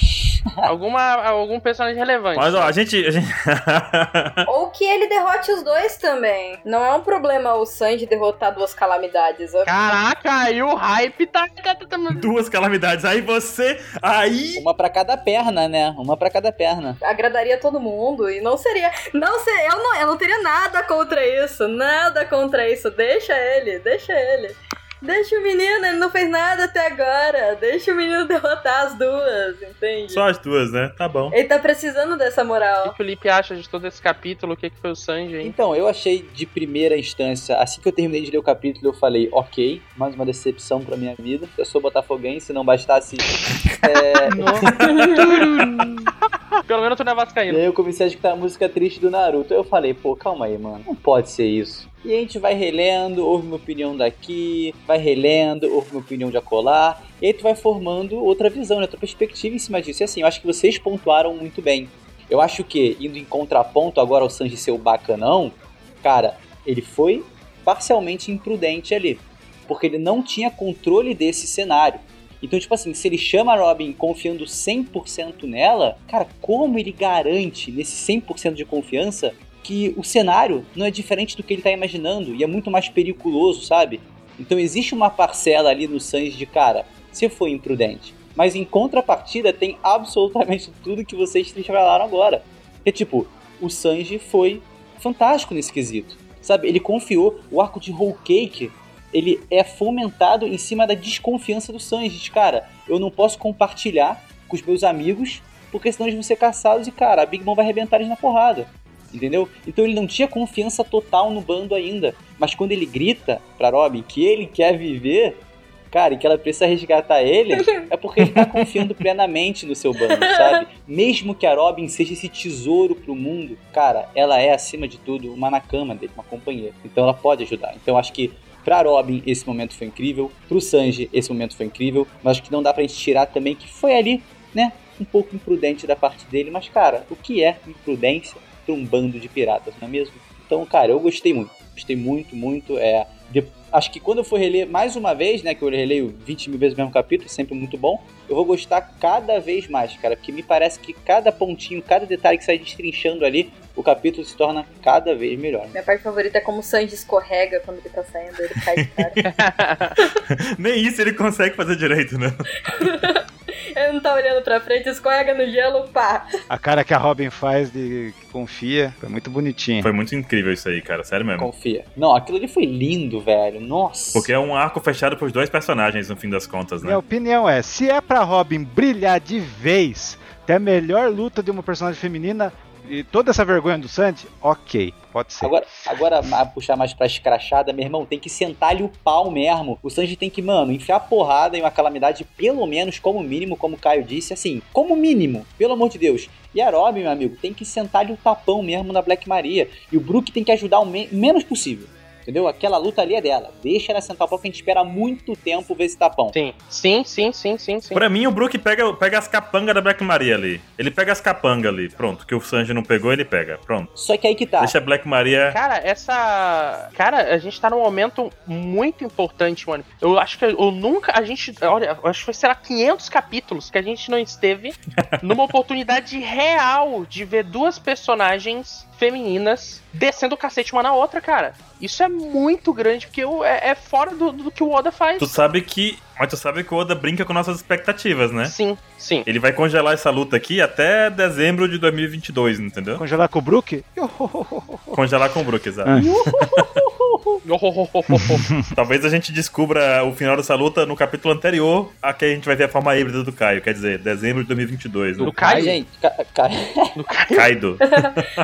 Alguma, algum personagem relevante. Mas ó, a gente. A gente... Ou que ele derrote os dois também. Não é um problema o Sanji derrotar duas calamidades. ó. Caraca, aí o hype tá. Duas calamidades. Aí você. Aí. Uma pra cada perna, né? Uma pra cada perna. Agradaria todo mundo e não seria. Não seria. Eu não, eu não teria nada contra isso. Nada contra isso. Deixa ele, deixa ele. Deixa o menino, ele não fez nada até agora. Deixa o menino derrotar as duas, entende? Só as duas, né? Tá bom. Ele tá precisando dessa O moral. que o Lipe acha de todo esse capítulo? O que, que foi o Sanji, hein? Então, eu achei de primeira instância, assim que eu terminei de ler o capítulo, eu falei, ok, mais uma decepção pra minha vida. É Eu sou botafoguense, se não bastasse. É, Pelo menos tu não é E vascaíno. aí eu comecei a escutar a música triste do Naruto. Eu falei, pô, calma aí, mano. Não pode ser isso. E a gente vai relendo, ouve uma opinião daqui, vai relendo, ouve uma opinião de acolá. E aí tu vai formando outra visão, né? Outra perspectiva em cima disso. E assim, eu acho que vocês pontuaram muito bem. Eu acho que, indo em contraponto agora ao Sanji ser o bacanão, cara, ele foi parcialmente imprudente ali. Porque ele não tinha controle desse cenário. Então, tipo assim, se ele chama a Robin confiando 100% nela, cara, como ele garante nesse 100% de confiança que o cenário não é diferente do que ele tá imaginando e é muito mais periculoso, sabe? Então existe uma parcela ali no Sanji de cara, você foi imprudente. Mas em contrapartida tem absolutamente tudo que vocês três falaram agora. É tipo, o Sanji foi fantástico nesse quesito. Sabe, ele confiou o arco de Whole Cake ele é fomentado em cima da desconfiança do Sanji. De, Cara, eu não posso compartilhar com os meus amigos, porque senão eles vão ser caçados e, cara, a Big Mom vai arrebentar eles na porrada. Entendeu? Então ele não tinha confiança total no bando ainda. Mas quando ele grita pra Robin que ele quer viver, cara, e que ela precisa resgatar ele, é porque ele tá confiando plenamente no seu bando, sabe? Mesmo que a Robin seja esse tesouro pro mundo, cara, ela é, acima de tudo, uma nakama dele, uma companheira. Então ela pode ajudar. Então acho que Pra Robin, esse momento foi incrível. Pro Sanji, esse momento foi incrível. Mas acho que não dá pra gente tirar também que foi ali, né? Um pouco imprudente da parte dele. Mas, cara, o que é imprudência pra um bando de piratas, não é mesmo? Então, cara, eu gostei muito. Gostei muito, muito. É, de- acho que quando eu for reler mais uma vez, né? Que eu releio 20 mil vezes o mesmo capítulo, sempre muito bom. Eu vou gostar cada vez mais, cara. Porque me parece que cada pontinho, cada detalhe que sai destrinchando ali, o capítulo se torna cada vez melhor. Minha parte favorita é como o Sanji escorrega quando ele tá saindo, ele cai de cara. Nem isso ele consegue fazer direito, né? ele não tá olhando pra frente, escorrega no gelo, pá. A cara que a Robin faz de que confia foi muito bonitinha. Foi muito incrível isso aí, cara. Sério mesmo. Confia. Não, aquilo ali foi lindo, velho. Nossa. Porque é um arco fechado pros dois personagens, no fim das contas, né? Minha opinião é, se é pra Robin brilhar de vez, ter a melhor luta de uma personagem feminina e toda essa vergonha do Sandy, ok, pode ser. Agora, agora a puxar mais pra escrachada, meu irmão, tem que sentar-lhe o pau mesmo. O Sanji tem que, mano, enfiar porrada em uma calamidade, pelo menos, como mínimo, como o Caio disse, assim, como mínimo, pelo amor de Deus. E a Robin, meu amigo, tem que sentar-lhe o tapão mesmo na Black Maria. E o Brook tem que ajudar o me- menos possível. Entendeu? Aquela luta ali é dela. Deixa ela sentar o pau que a gente espera muito tempo ver esse tapão. Sim, sim, sim, sim, sim, sim. Pra mim, o Brook pega, pega as capangas da Black Maria ali. Ele pega as capangas ali. Pronto. Que o Sanji não pegou, ele pega. Pronto. Só que aí que tá. Deixa a Black Maria. Cara, essa. Cara, a gente tá num momento muito importante, mano. Eu acho que eu nunca. A gente. Olha, eu acho que foi, sei lá, 500 capítulos que a gente não esteve numa oportunidade real de ver duas personagens femininas descendo o cacete uma na outra, cara. Isso é muito grande, porque eu- é, é fora do, do que o Oda faz. Tu sabe que. Mas tu sabe que o Oda brinca com nossas expectativas, né? Sim, sim. Ele vai congelar essa luta aqui até dezembro de 2022, entendeu? Congelar com o Brook? Congelar com o Brook, exato. Ah. Talvez a gente descubra o final dessa luta no capítulo anterior a que a gente vai ver a forma híbrida do Caio, quer dizer, dezembro de 2022. Do Do Ai, Caio? gente, ca- cara. né? Kaido.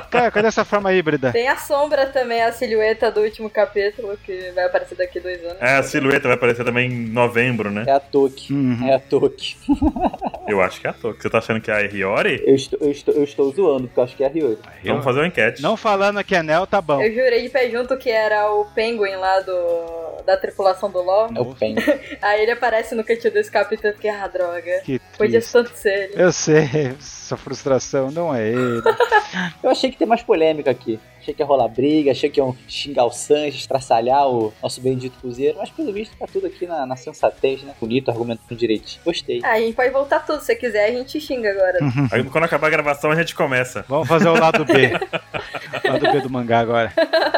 Cara, cadê essa forma híbrida? Tem a sombra também, a silhueta do último capítulo, que vai aparecer daqui dois anos. É, a silhueta vai aparecer também em novembro, né? É a Toque. Uhum. É a Toque. Eu acho que é à toa. Você tá achando que é a Hiyori? Eu estou, eu, estou, eu estou zoando, porque eu acho que é a Ryori. Vamos fazer uma enquete. Não falando que é Nel, tá bom. Eu jurei de pé junto que era o Pen Penguin lá do, da tripulação do LoL. É o Penguin. Aí ele aparece no cantinho desse capítulo e eu fiquei, ah, droga. Que Podia triste. tanto ser ele. Eu sei, essa frustração não é ele. Eu achei que tem mais polêmica aqui. Achei que ia rolar briga, achei que iam xingar o Sanji, estraçalhar o nosso bendito Cruzeiro. Mas pelo visto tá tudo aqui na, na sensatez, né? Bonito, argumentando direito. Gostei. Ah, a gente pode voltar tudo, se quiser a gente xinga agora. Aí quando acabar a gravação a gente começa. Vamos fazer o lado B. O lado B do mangá agora.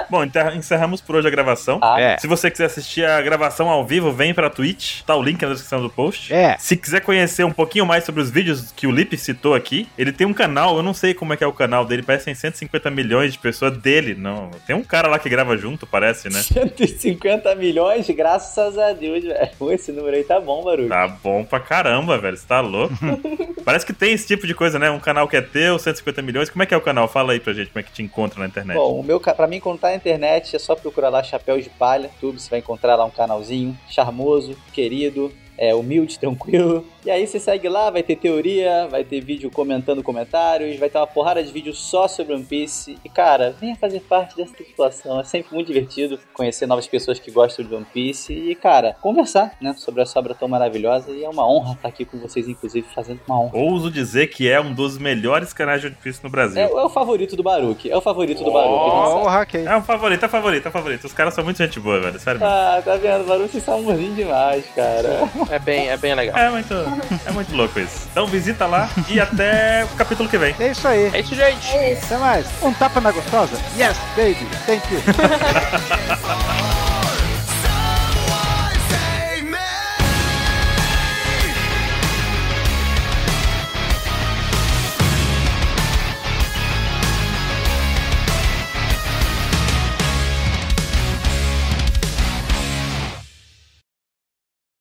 Bom, enterra- encerramos por hoje a gravação. Ah, É. Se você quiser assistir a gravação ao vivo, vem pra Twitch. Tá o link na descrição do post. É. Se quiser conhecer um pouquinho mais sobre os vídeos que o Lip citou aqui, ele tem um canal, eu não sei como é que é o canal dele, parece que tem 150 milhões de pessoas dele, não. Tem um cara lá que grava junto, parece, né? 150 milhões, graças a Deus, velho. Esse número aí tá bom, barulho. Tá bom pra caramba, velho, você tá louco. parece que tem esse tipo de coisa, né? Um canal que é teu, 150 milhões. Como é que é o canal? Fala aí pra gente como é que te encontra na internet. Bom, o meu, ca- pra mim encontrar na internet é só procurar lá Chapéu de Palha, YouTube, você vai encontrar lá um canalzinho charmoso, querido, é humilde, tranquilo. E aí você segue lá, vai ter teoria, vai ter vídeo comentando comentários, vai ter uma porrada de vídeo só sobre One Piece. E cara, venha fazer parte dessa situação, é sempre muito divertido conhecer novas pessoas que gostam de One Piece e cara, conversar, né, sobre essa obra tão maravilhosa e é uma honra estar aqui com vocês inclusive fazendo uma honra. Ouso dizer que é um dos melhores canais de One Piece no Brasil. É, é o favorito do Baruque, é o favorito do Baruque. Ó, nossa. Ó, o hack aí. É um favorito, é um favorito, é um favorito. Os caras são muito gente boa, velho, sério. mesmo. Ah, tá vendo? Barulho, vocês são bonzinhos demais, cara. É bem, é bem Tá. legal. É muito, é muito louco isso. Então visita lá e até o capítulo que vem. É isso aí. É isso, gente. É isso. Até mais. Um tapa na gostosa? Yes, baby. Thank you.